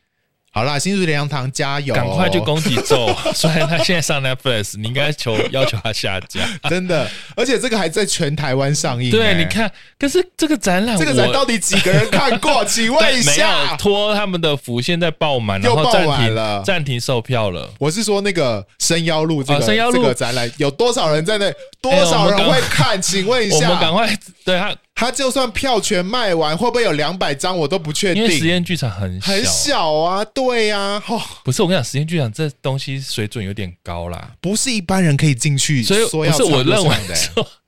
S4: 好啦，新竹林良堂加油，
S3: 赶快去攻击咒，虽 然他现在上 Netflix，你应该 求要求他下架。
S4: 真的，而且这个还在全台湾上映、
S3: 对，
S4: 哎
S3: 你。看，可是这个展览我，
S4: 这个展到底几个人看 过？请问一
S3: 对没
S4: 下
S3: 有，托他们的福，现在爆满，然
S4: 又
S3: 后
S4: 爆
S3: 暂
S4: 满
S3: 停
S4: 了
S3: 暂停售票了。
S4: 我是说那个深妖路这个、
S3: 啊深妖路
S4: 这个展览有多少人在那？多
S3: 哎
S4: 少
S3: 我们
S4: 人
S3: 赶
S4: 会看？请问一
S3: 我们赶
S4: 下，
S3: 快对他，
S4: 他就算票全卖完，会不会有两百张？我都不确
S3: 因为实
S4: 定。
S3: 验剧场很小，啊
S4: 很小啊，对呀、啊，哦，
S3: 不是我跟你讲，实验剧场这东西水准有点高啦，
S4: 不是一般人可以进去，
S3: 所以
S4: 说
S3: 不
S4: 要
S3: 是我
S4: 唱就
S3: 认为
S4: 唱的、
S3: 说，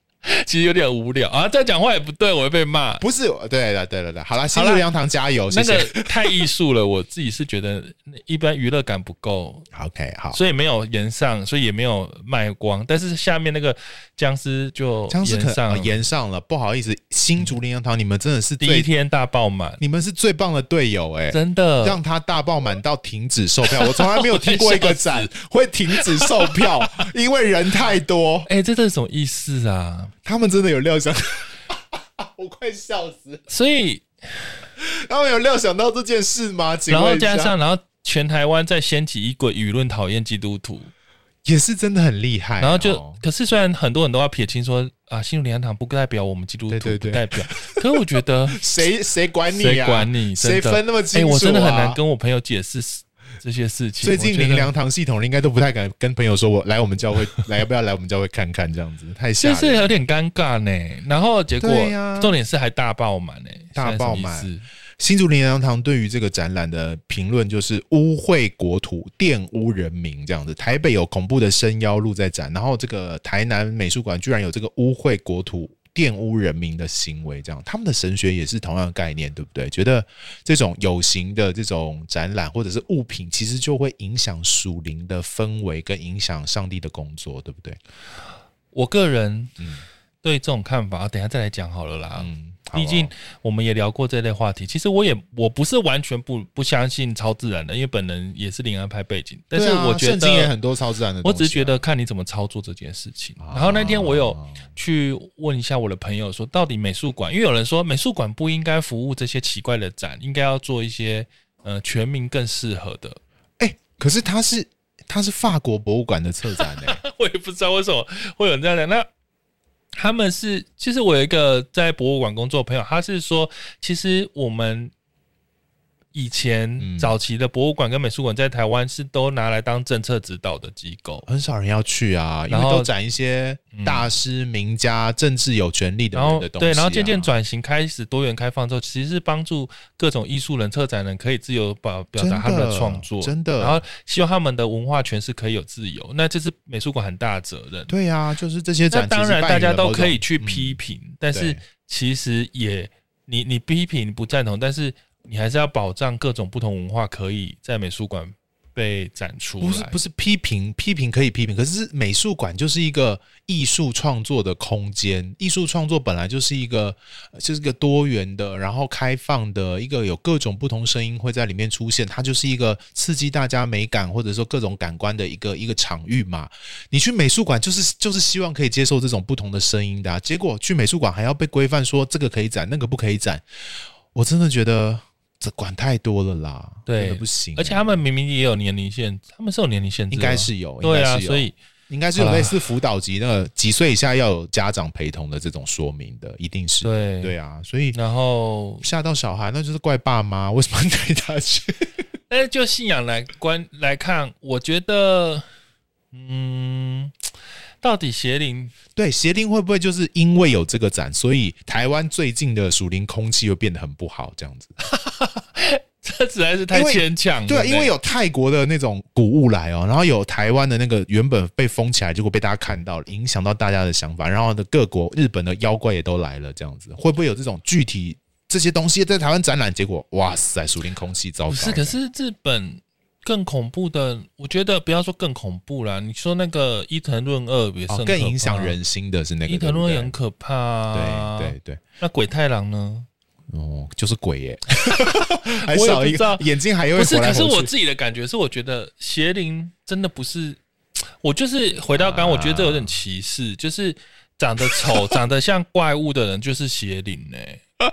S3: 其实有点无聊啊。再讲话也不对，我会被骂。
S4: 不是，对了，对了，对了，好了，新
S3: 好
S4: 竹
S3: 啦
S4: 凉堂加油，谢
S3: 那
S4: 谢。
S3: 个 太艺术了，我自己是觉得一般娱乐感不够，
S4: OK，好，
S3: 所以没有延上，所以也没有卖光。但是下面那个僵尸就
S4: 僵尸
S3: 延
S4: 可能
S3: 上
S4: 呃延上了，不好意思，新竹林良堂，你们真的是
S3: 第
S4: 最
S3: 一，天大爆满，
S4: 你们是最棒的队友哎、
S3: 真的
S4: 让他大爆满到停止售 票。我从来没有听过一个展 会停止售票，因为人太多。
S3: 哎、这这是什么意思啊？
S4: 他们真的有料 想，我快笑死！
S3: 所以，
S4: 他们有料想到这件事吗？请
S3: 然后
S4: 问一
S3: 加
S4: 下，
S3: 上，然后全台湾在掀起一个舆论讨厌基督徒，
S4: 也是真的很厉害哦、
S3: 然后就，可是虽然很多人都要撇清说啊，新竹联堂不代表我们基督徒，
S4: 对对对
S3: 不代表，可是我觉 得
S4: 谁谁管你、啊？
S3: 谁管你？
S4: 谁
S3: 真的
S4: 分那么清楚、啊
S3: 哎我真的很难。跟我朋友解释这些事情。
S4: 最近
S3: 我觉得
S4: 林良堂系统应该都不太敢跟朋友说，我来我们教会，来要不要来我们教会看看？这样子太
S3: 就
S4: 吓人了。
S3: 是有点尴尬呢。然后结果
S4: 对呀
S3: 重点是还大爆满呢，
S4: 大爆满
S3: 现在什么意思
S4: 新竹林良堂对于这个展览的评论就是污秽国土、玷污人民这样子。台北有恐怖的深妖路在展，然后这个台南美术馆居然有这个污秽国土、玷污人民的行为，这样他们的神学也是同样的概念，对不对？觉得这种有形的这种展览或者是物品，其实就会影响属灵的氛围，跟影响上帝的工作，对不对？
S3: 我个人
S4: 嗯
S3: 对这种看法，啊等一下再来讲好了啦。
S4: 嗯，好
S3: 毕竟
S4: 哦
S3: 我们也聊过这类话题，其实我也我不是完全不不相信超自然的，因为本人也是灵安派背景，但是
S4: 对啊
S3: 我觉
S4: 圣经也
S3: 得
S4: 很多超自然的东西啊、
S3: 我只是觉得看你怎么操作这件事情。然后那天我有
S4: 啊
S3: 去问一下我的朋友说，到底美术馆，因为有人说美术馆不应该服务这些奇怪的展，应该要做一些呃全民更适合的。
S4: 哎、可是它是它是法国博物馆的策展 哎、
S3: 我也不知道为什么会有人这样讲。那他们是，其实我有一个在博物馆工作的朋友，他是说，其实我们以前
S4: 嗯
S3: 早期的博物馆跟美术馆在台湾是都拿来当政策指导的机构，
S4: 很少人要去啊，因为
S3: 然后嗯
S4: 都展一些大师、名家、政治有权利的
S3: 然
S4: 人
S3: 后
S4: 的东西、啊
S3: 对，然后渐渐。转型开始多元开放之后，其实是帮助各种艺术人、策展人可以自由表表达他们的创作，
S4: 真的
S3: 然后希望他们的文化诠释可以有自由，那这是美术馆很大的责任。
S4: 对啊，就是这些
S3: 那
S4: 展，
S3: 当然，大家都可以去批
S4: 批
S3: 评，但是
S4: 嗯对
S3: 其实也，你你批评你不赞同，但是你还是要保障各种不同文化可以在美术馆被展出来。
S4: 不是不
S3: 是，
S4: 是批评，批评可以批评，可是美术馆就是一个艺术创作的空间，艺术创作本来就是一个呃就是一个多元的，然后开放的一个有各种不同声音会在里面出现，它就是一个刺激大家美感或者说各种感官的一个一个场域嘛。你去美术馆就是就是希望可以接受这种不同的声音的啊、结果去美术馆还要被规范说这个可以展，那个不可以展，我真的觉得。这管太多了啦，
S3: 对
S4: 真的不行欸、
S3: 而且他们明明也有年龄限，他们是有年龄限制，
S4: 应该。是有，
S3: 对
S4: 应
S3: 啊，
S4: 该是有
S3: 所以
S4: 应该是有类似辅导级那个几岁以下要有家长陪同的这种说明的，一定是
S3: 对
S4: 对啊，所以
S3: 然后，
S4: 吓到小孩那就是怪爸妈，为什么要带他去？
S3: 但是哎就信仰来观来看，我觉得，嗯，到底邪灵
S4: 对，邪灵会不会就是因为有这个展，所以台湾最近的属灵空气又变得很不好这样子？
S3: 这实在是太
S4: 因为
S3: 牵强了。
S4: 对啊，因为有泰国的那种古物来哦，然后有台湾的那个原本被封起来，结果被大家看到了，影响到大家的想法，然后的各国日本的妖怪也都来了，这样子会不会有这种具体这些东西在台湾展览？结果哇塞，属灵空气糟糕。
S3: 不是，可是日本更恐怖的，我觉得不要说更恐怖啦，你说那个伊藤润二也是、
S4: 哦、更影响。人心的是那个
S3: 伊藤润二也很
S4: 人，
S3: 可怕、啊，
S4: 对对。对，
S3: 那鬼太郎呢？
S4: 哦，就是 鬼耶，还
S3: 我也
S4: 少
S3: 不
S4: 一
S3: 知道
S4: 个眼睛还会
S3: 不是，
S4: 活来
S3: 可是
S4: 活
S3: 我
S4: 去
S3: 自己的感觉是，我觉得邪灵真的不是，我就是回到刚，
S4: 啊
S3: 我觉得这有点歧视，就是长得 丑、长得像怪物的人就是邪灵呢、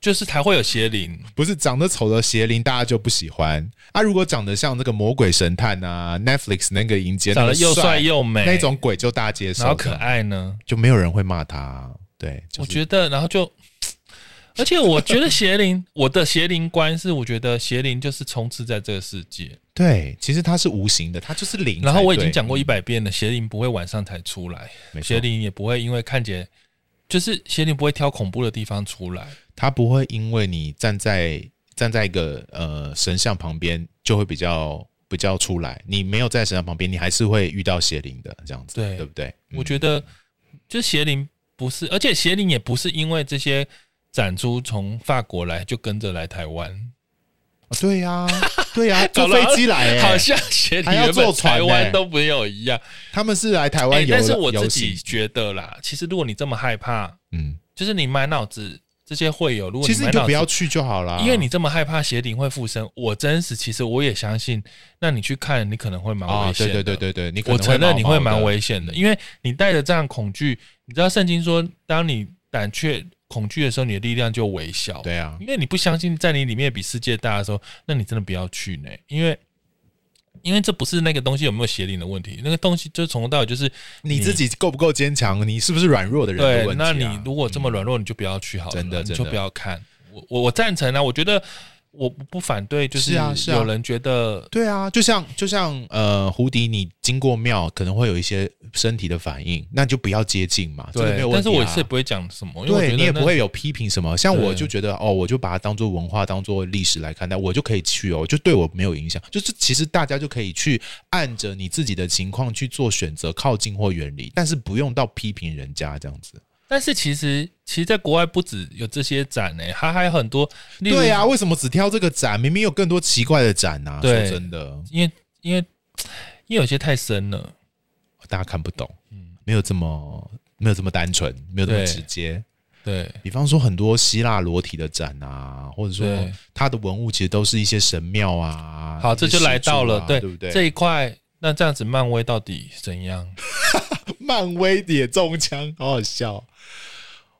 S3: 就是才会有邪灵。
S4: 不是长得丑的邪灵，大家就不喜欢啊。如果长得像这个魔鬼神探啊，Netflix 那个迎接
S3: 长得又帅又美
S4: 那种鬼就大家接受，
S3: 然后可，爱呢？
S4: 就没有人会骂他、对，就是、
S3: 我觉得，然后就，而且我觉得邪灵， 我的邪灵观是，我觉得邪灵就是充斥在这个世界。
S4: 对，其实它是无形的，它就是灵才对。
S3: 然后我已经讲过一百遍了，邪灵不会晚上才出来
S4: 没，错
S3: 邪灵也不会因为看见，就是邪灵不会挑恐怖的地方出来。
S4: 它不会因为你站在站在一个呃神像旁边就会比较比较出来，你没有在神像旁边，你还是会遇到邪灵的这样子，
S3: 对
S4: 对不对？嗯
S3: 我觉得，就邪灵不是，而且邪灵也不是因为这些展出从法国来就跟着来台湾，
S4: 得对呀、对 呀、
S3: 搞
S4: 坐
S3: 得
S4: 飞机来、欸，
S3: 好像邪灵
S4: 还要
S3: 原本
S4: 坐船
S3: 台
S4: 欸
S3: 湾都没有一样。
S4: 他们是来台湾
S3: 哎，
S4: 游、
S3: 但是
S4: 的
S3: 我自
S4: 游
S3: 己
S4: 行
S3: 觉得啦，其实如果你这么害怕，
S4: 嗯，
S3: 就是你满脑子这些会有，如果
S4: 其实
S3: 满
S4: 你就
S3: 脑
S4: 不要
S3: 子。
S4: 去就好啦，
S3: 因为你这么害怕邪灵会附身，我真实其实我也相信，那你去看，你可能会蛮
S4: 啊、
S3: 危险
S4: 对
S3: 的。
S4: 对对对对，你可
S3: 我
S4: 能
S3: 承认你会
S4: 毛毛
S3: 蛮
S4: 的
S3: 危险的，因为你带着这样恐惧，你知道圣经说，当你胆怯恐惧的时候，你的力量就微小。
S4: 对啊，
S3: 因为你不相信在你里面比世界大的时候，那你真的不要去呢，因为因为这不是那个东西有没有邪灵的问题，那个东西就是从头到尾就是
S4: 你自己够不够坚强，你是不是软弱的人的
S3: 对，
S4: 问题、
S3: 那
S4: 啊
S3: 你如果这么软弱，你就不要去好了，
S4: 真的
S3: 你
S4: 真
S3: 就
S4: 的
S3: 不要看。我我我赞成啊，我觉得我不不反对，就是
S4: 啊是啊
S3: 有人觉得
S4: 对啊，就像就像呃，胡迪，你经过庙可能会有一些身体的反应，那就不要接近嘛，这个没有问
S3: 但
S4: 题、
S3: 是
S4: 啊。
S3: 我是不会讲什么，因为我觉
S4: 对
S3: 得
S4: 你也
S3: 那
S4: 不会有批评什么，像
S3: 对
S4: 我就觉得哦，我就把它当做文化、当做历史来看待，我就可以去哦，就对我没有影响。就是其实大家就可以去按着你自己的情况去做选择，靠近或远离，但是不用到批评人家这样子。
S3: 但是其实，其实，在国外不止有这些展呢、它还有很多。例如
S4: 对啊，，为什么只挑这个展？明明有更多奇怪的展呐、啊！说
S3: 对
S4: 真的，
S3: 因为因为因为有些太深了，
S4: 大家看不懂，没有这么没有这么单纯，没有这么
S3: 嗯对
S4: 直接。
S3: 对
S4: 比方说很多希腊裸体的展啊，或者说
S3: 对
S4: 它的文物其实都是一些神庙啊。
S3: 好，这
S4: 一些
S3: 就来到
S4: 石柱
S3: 了
S4: 啊，
S3: 对
S4: 对不对？
S3: 这一块。那这样子，漫威到底怎样？
S4: 漫威也中枪，好好笑。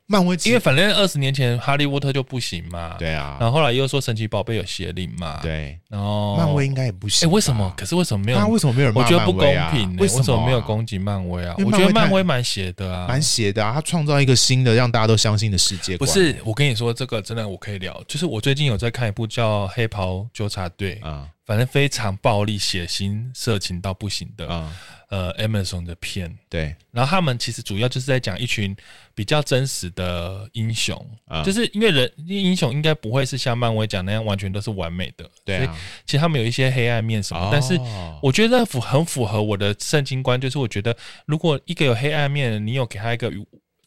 S4: 漫威其
S3: 因
S4: 实
S3: 为哦反正二十年前哈利波特就不行嘛，。
S4: 对啊，
S3: 然后后来又说神奇宝贝有邪灵嘛，。
S4: 对，
S3: 然后
S4: 漫威，应该也不
S3: 哎，
S4: 行吧。
S3: 为什么？可是为什么没有？
S4: 那为什么没有人骂
S3: 我觉得不公
S4: 漫威啊
S3: 平呢。
S4: 为
S3: 为
S4: 什么啊
S3: 什么没有攻击漫威啊？
S4: 因为
S3: 我
S4: 漫
S3: 觉
S4: 威
S3: 得漫
S4: 太
S3: 威蛮邪的啊，
S4: 蛮邪的啊！他创造一个新的让大家都相信的世界
S3: 不
S4: 观
S3: 是，我跟你说，这个真的我可以聊。就是我最近有在看一部叫《黑袍纠察队》，
S4: 啊
S3: 反正非常暴力、血腥、色情到不行的，
S4: 啊，
S3: 呃，Amazon 的片。
S4: 对
S3: 然后他们其实主要就是在讲一群比较真实的英雄，
S4: 啊
S3: 就是因为人英雄应该不会是像漫威讲那样完全都是完美的，
S4: 对
S3: 所
S4: 啊
S3: 以，其实他们有一些黑暗面什么，但是
S4: 哦
S3: 我觉得符很符合我的圣经观，就是我觉得如果一个有黑暗面，你有给他一个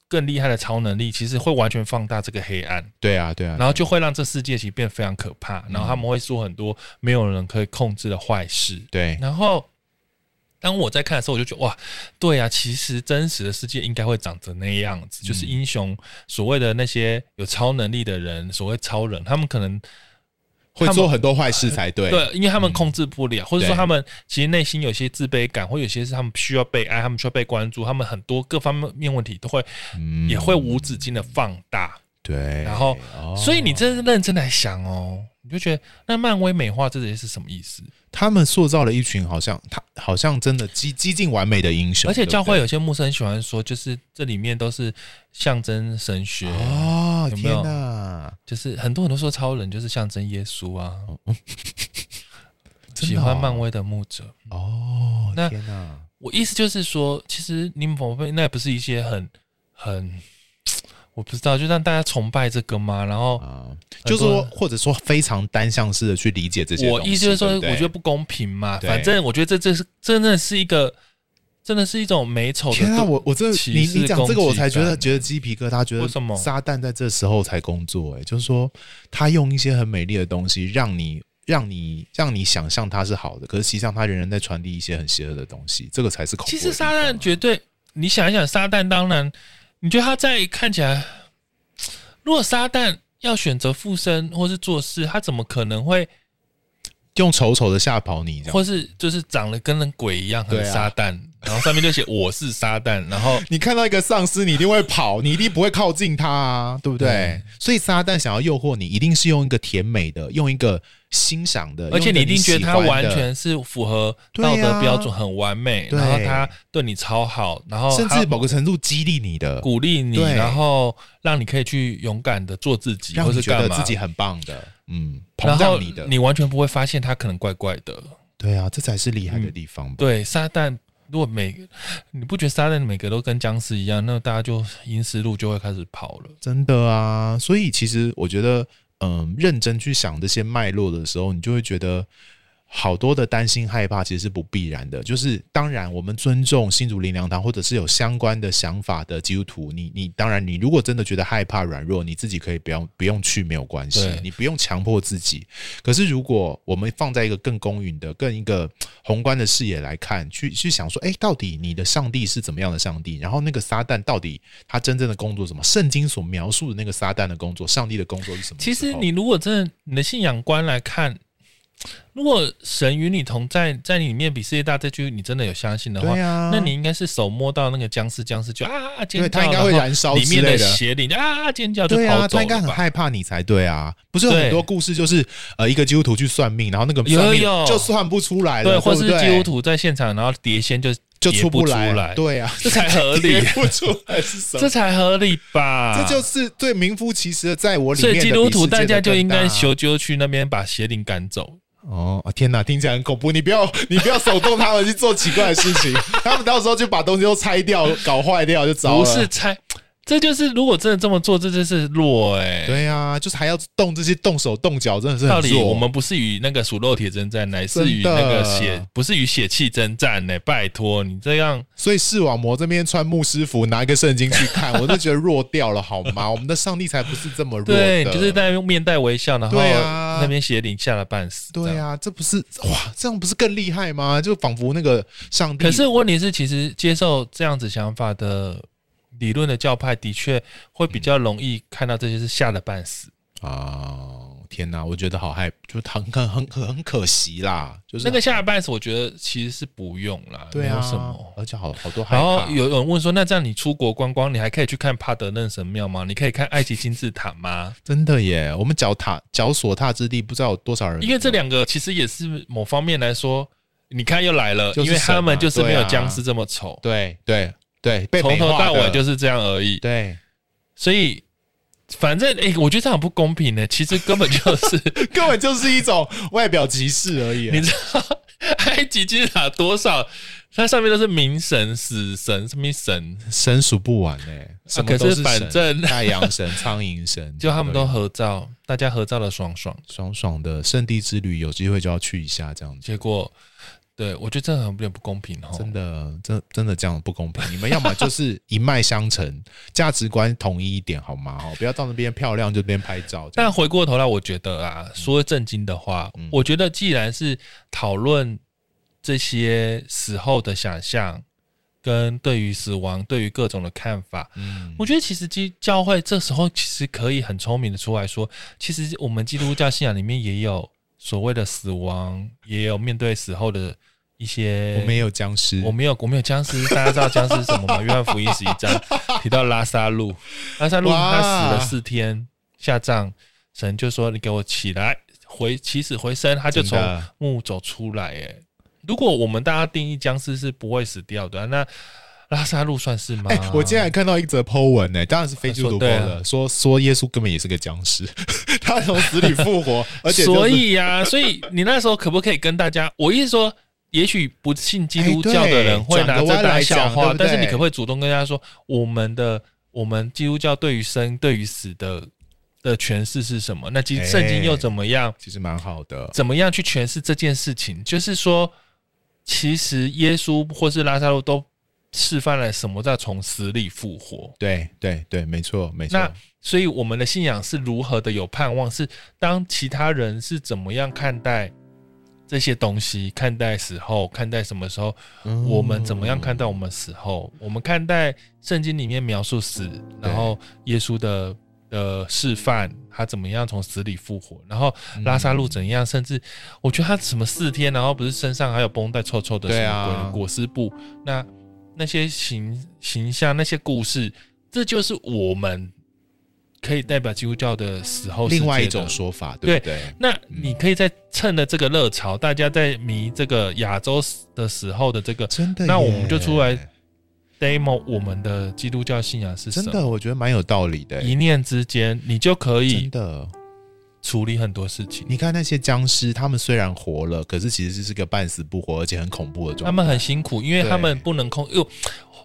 S3: 更厉害的超能力，其实会完全放大这个黑暗，
S4: 对啊对啊，
S3: 然后就会让这世界其实变得非常可怕，然后他们会做很多没有人可以控制的坏事。
S4: 对
S3: 然后当我在看的时候，我就觉得哇，对啊，其实真实的世界应该会长成那样子，就是英雄所谓的那些有超能力的人，所谓超人，他们可能
S4: 会
S3: 他们
S4: 做很多坏事才对。嗯
S3: 对，因为他们控制不了，或者说
S4: 对
S3: 他们其实内心有些自卑感，或有些是他们需要被爱，他们需要被关注，他们很多各方面问题都会、
S4: 嗯
S3: 也会无止境的放大。
S4: 对，
S3: 然后，
S4: 哦
S3: 所以你真的认真来想哦，你就觉得那漫威美化这些是什么意思？
S4: 他们塑造了一群好像他好像真的激激进完美的英雄，
S3: 而且教会
S4: 对
S3: 有些牧师很喜欢说，就是这里面都是象征神学，
S4: 不对哦，
S3: 有没
S4: 天
S3: 有
S4: 哪，
S3: 就是很多人都说超人就是象征耶稣啊。
S4: 真
S3: 喜
S4: 的哦
S3: 欢漫威的牧者，
S4: 哦，
S3: 那
S4: 天哪，
S3: 我意思就是说，其实你们宝贝那不是一些很很，我不知道，就让大家崇拜这个嘛。然后
S4: 啊，就是说，或者说非常单向式的去理解这些东
S3: 我
S4: 西。
S3: 意思就是说，
S4: 对
S3: 我
S4: 不对
S3: 觉得不公平嘛。
S4: 对
S3: 反正我觉得这这是真的是一个，真的是一种美丑的
S4: 天啊，
S3: 动
S4: 我我真的
S3: 歧
S4: 你
S3: 视
S4: 你讲这个，我才觉
S3: 攻击
S4: 得
S3: 感
S4: 觉得鸡皮疙瘩，觉得
S3: 为什么
S4: 撒旦在这时候才工作、欸？哎，就是说他用一些很美丽的东西，让你让你让你想象它是好的，可是实际上他仍然在传递一些很邪恶的东西，这个才是恐怖
S3: 其
S4: 的地
S3: 实
S4: 方。
S3: 撒旦绝对，你想一想，撒旦当然，你觉得他在看起来，如果撒旦要选择附身或是做事，他怎么可能会，
S4: 用丑丑的吓跑你，这样。
S3: 或是就是长得跟人鬼一样，
S4: 对
S3: 很
S4: 啊
S3: 撒旦，然后上面就写我是撒旦，然后
S4: 你看到一个丧尸，你一定会跑，你一定不会靠近他啊，对不对？所以撒旦想要诱惑你，一定是用一个甜美的，用一个欣赏的，
S3: 而且
S4: 用
S3: 你
S4: 个
S3: 一定觉得
S4: 喜
S3: 他
S4: 欢的
S3: 完全是符合道
S4: 对啊
S3: 德标准，很完美，
S4: 对
S3: 然后他对你超好，然后
S4: 甚
S3: 哦他
S4: 至某个程度激励你的，
S3: 鼓励你，
S4: 对
S3: 然后让你可以去勇敢的做自己，或
S4: 让你
S3: 是
S4: 觉
S3: 干
S4: 得
S3: 嘛
S4: 自己很棒的，嗯，
S3: 然
S4: 膨
S3: 后
S4: 胀你的，
S3: 你完全不会发现他可能怪怪的。
S4: 对啊，这才是厉害
S3: 嗯
S4: 的地方吧。
S3: 对，撒旦如果每你不觉得撒旦每个都跟僵尸一样，那大家就阴尸路就会开始跑了。
S4: 真的啊，所以其实我觉得，嗯，认真去想这些脉络的时候，你就会觉得。好多的担心害怕其实是不必然的，就是当然我们尊重新竹林良堂或者是有相关的想法的基督徒，你你当然你如果真的觉得害怕软弱，你自己可以不要不用去没有关系
S3: 对，
S4: 你不用强迫自己。可是如果我们放在一个更公允的、更一个嘖宏观的视野来看，去去想说，哎、到底你的上帝是怎么样的上帝？然后那个撒旦到底他真正的工作是什么？圣经所描述的那个撒旦的工作，上帝的工作是什么
S3: 其
S4: 时候？
S3: 实你如果真的你的信仰观来看，如果神与你同在，在你里面比世界大这句你真的有相信的话
S4: 对，啊，
S3: 那你应该是手摸到那个僵尸，僵尸就啊啊尖
S4: 对
S3: 叫，
S4: 他应该会燃烧
S3: 然后里面
S4: 之类的
S3: 邪灵就啊啊尖叫就
S4: 对
S3: 跑
S4: 啊，
S3: 走
S4: 他应该
S3: 了
S4: 很
S3: 吧。
S4: 害怕你才对啊，不是有
S3: 对
S4: 很多故事就是呃一个基督徒去算命，然后那个
S3: 有
S4: 算命
S3: 有
S4: 就算不出来了，
S3: 对，
S4: 对，
S3: 或是
S4: 不对
S3: 基督徒在现场，然后碟仙就
S4: 就
S3: 叠
S4: 出
S3: 不
S4: 来，
S3: 来，
S4: 对啊，
S3: 这才合 理
S4: 叠不出来是什 么
S3: 这？才合理吧？
S4: 这就是最名副其实的，在我里
S3: 所以
S4: 面的
S3: 基督
S4: 比世
S3: 徒
S4: 界的
S3: 大家就应该
S4: 更大
S3: 修究去那边把邪灵赶走。
S4: 哦！啊天哪，听起来很恐怖！你不要， 你不要手动他们去做奇怪的事 情，他们到时候就把东西都拆掉、搞坏掉就糟了。
S3: 不是，猜，这就是如果真的这么做，这就是弱哎、
S4: 对啊，就是还要动这些动手动脚，真的是
S3: 道
S4: 很
S3: 理
S4: 弱。
S3: 我们不是与那个属肉体征战，乃是与
S4: 真的
S3: 那个血，不是与血气征战呢、拜托，你这样
S4: 所以视网膜这边穿牧师服，拿一个圣经去看， 我就觉得弱掉了，好吗？我们的上帝才不是这么弱
S3: 对，
S4: 的。
S3: 你就是在面带微笑，然后
S4: 对啊
S3: 那边邪灵吓了半死。这
S4: 对
S3: 样。
S4: 啊，这不是哇，这样不是更厉害吗？就仿佛那个上帝，
S3: 可是问题是，其实接受这样子想法的理论的教派，的确会比较容易看到这些是吓得半死。
S4: 啊，天哪，我觉得好害，就很很很很可惜啦，就是
S3: 那个吓得半死，我觉得其实是不用啦，
S4: 对
S3: 没
S4: 啊，
S3: 有什么。
S4: 而且好好多害
S3: 然后
S4: 怕。
S3: 有人问说，那这样你出国观光，你还可以去看帕德嫩神庙吗？你可以看埃及金字塔吗？
S4: 真的耶，我们脚踏脚所踏之地，不知道有多少人。
S3: 因为这两个其实也是某方面来说，你看又来了，
S4: 就是
S3: 因为他们就是没有
S4: 神嘛对啊
S3: 僵尸这么丑，
S4: 对对对，啊被
S3: 从头到尾就是是这样而已。
S4: 对，
S3: 所以反正诶、我觉得这样很不公平呢、其实根本就是
S4: 根本就是一种外表歧视而 已。
S3: 你知道埃及金字塔多少，它上面都是冥神、死神、什么神，
S4: 神数不完哎、什
S3: 啊
S4: 么
S3: 可
S4: 都
S3: 是
S4: 神
S3: 反正
S4: 太阳神、苍蝇 神，
S3: 就他们都
S4: 有
S3: 合照，大家合照的爽爽。
S4: 爽爽的圣地之旅，有机会就要去一下这样子。
S3: 结果，对我觉得这很有点不公平哦。
S4: 真的，真真的这样不公平。你们要么就是一脉相承，价值观统一一点好吗？哦，不要到那边漂亮就那边拍照。这样
S3: 但回过头来，我觉得啊，说正经的话，
S4: 嗯
S3: 我觉得既然是讨论这些死后的想象，跟对于死亡、对于各种的看法，
S4: 嗯
S3: 我觉得其实基教会这时候其实可以很聪明的出来说，其实我们基督教信仰里面也有所谓的死亡，也有面对死后的一些
S4: 我们也有僵尸，
S3: 我没有，我没有僵尸。大家知道僵尸是什么吗？ 约翰福音十一章提到拉萨路，拉萨路
S4: 哇
S3: 他死了四天下葬，神就说：“你给我起来，回起死回生。”他就
S4: 真
S3: 从
S4: 的
S3: 墓走出来。哎，如果我们大家定义僵尸是不会死掉的，啊那拉萨路算是吗？
S4: 哎、我今天还看到一则 Po 文呢、当然是非基督徒
S3: 啊
S4: Po
S3: 对啊
S4: 的，说说耶稣根本也是个僵尸， 他从死里复 活，而且、就是、
S3: 所以呀、所以你那时候可不可以跟大家？我意思说，也许不信基督教的人会拿这当笑话，
S4: 哎对转个弯来讲对不对
S3: 但是你可不可以主动跟大家说，我们的我们基督教对于生、对于死的的诠释是什么？那其实圣经又怎么样？
S4: 其实蛮好的。
S3: 怎么样去诠释这件事情？就是说，其实耶稣或是拉萨路都示范了什么叫从死里复活。
S4: 对对对，没错没错。
S3: 那所以我们的信仰是如何的有盼望？是当其他人是怎么样看待这些东西，看待死后，看待什么时候，
S4: 嗯
S3: 我们怎么样看待我们死后？我们看待圣经里面描述死，然后耶稣的的示范，他怎么样从死里复活，然后
S4: 嗯
S3: 拉萨路怎样，甚至我觉得他什么四天，然后不是身上还有绷带臭臭的
S4: 对
S3: 什
S4: 啊
S3: 么鬼的裹尸布，那那些形形象，那些故事，这就是我们可以代表基督教的死后世界
S4: 哦另外一
S3: 的
S4: 种说法，对不对？
S3: 那你可以在趁着这个热潮，大家在迷这个亚洲的时候的这个
S4: 真的耶，
S3: 那我们就出来 demo 我们的基督教信仰是什
S4: 真
S3: 么。
S4: 的，我觉得蛮有道理的。
S3: 一念之间，你就可
S4: 真
S3: 以
S4: 的，
S3: 处理很多事情。
S4: 你看那些僵尸，他们虽然活了，可是其实是个半死不活，而且很恐怖的
S3: 他
S4: 状态。
S3: 们很辛苦，因为他们
S4: 对
S3: 不能控。哟，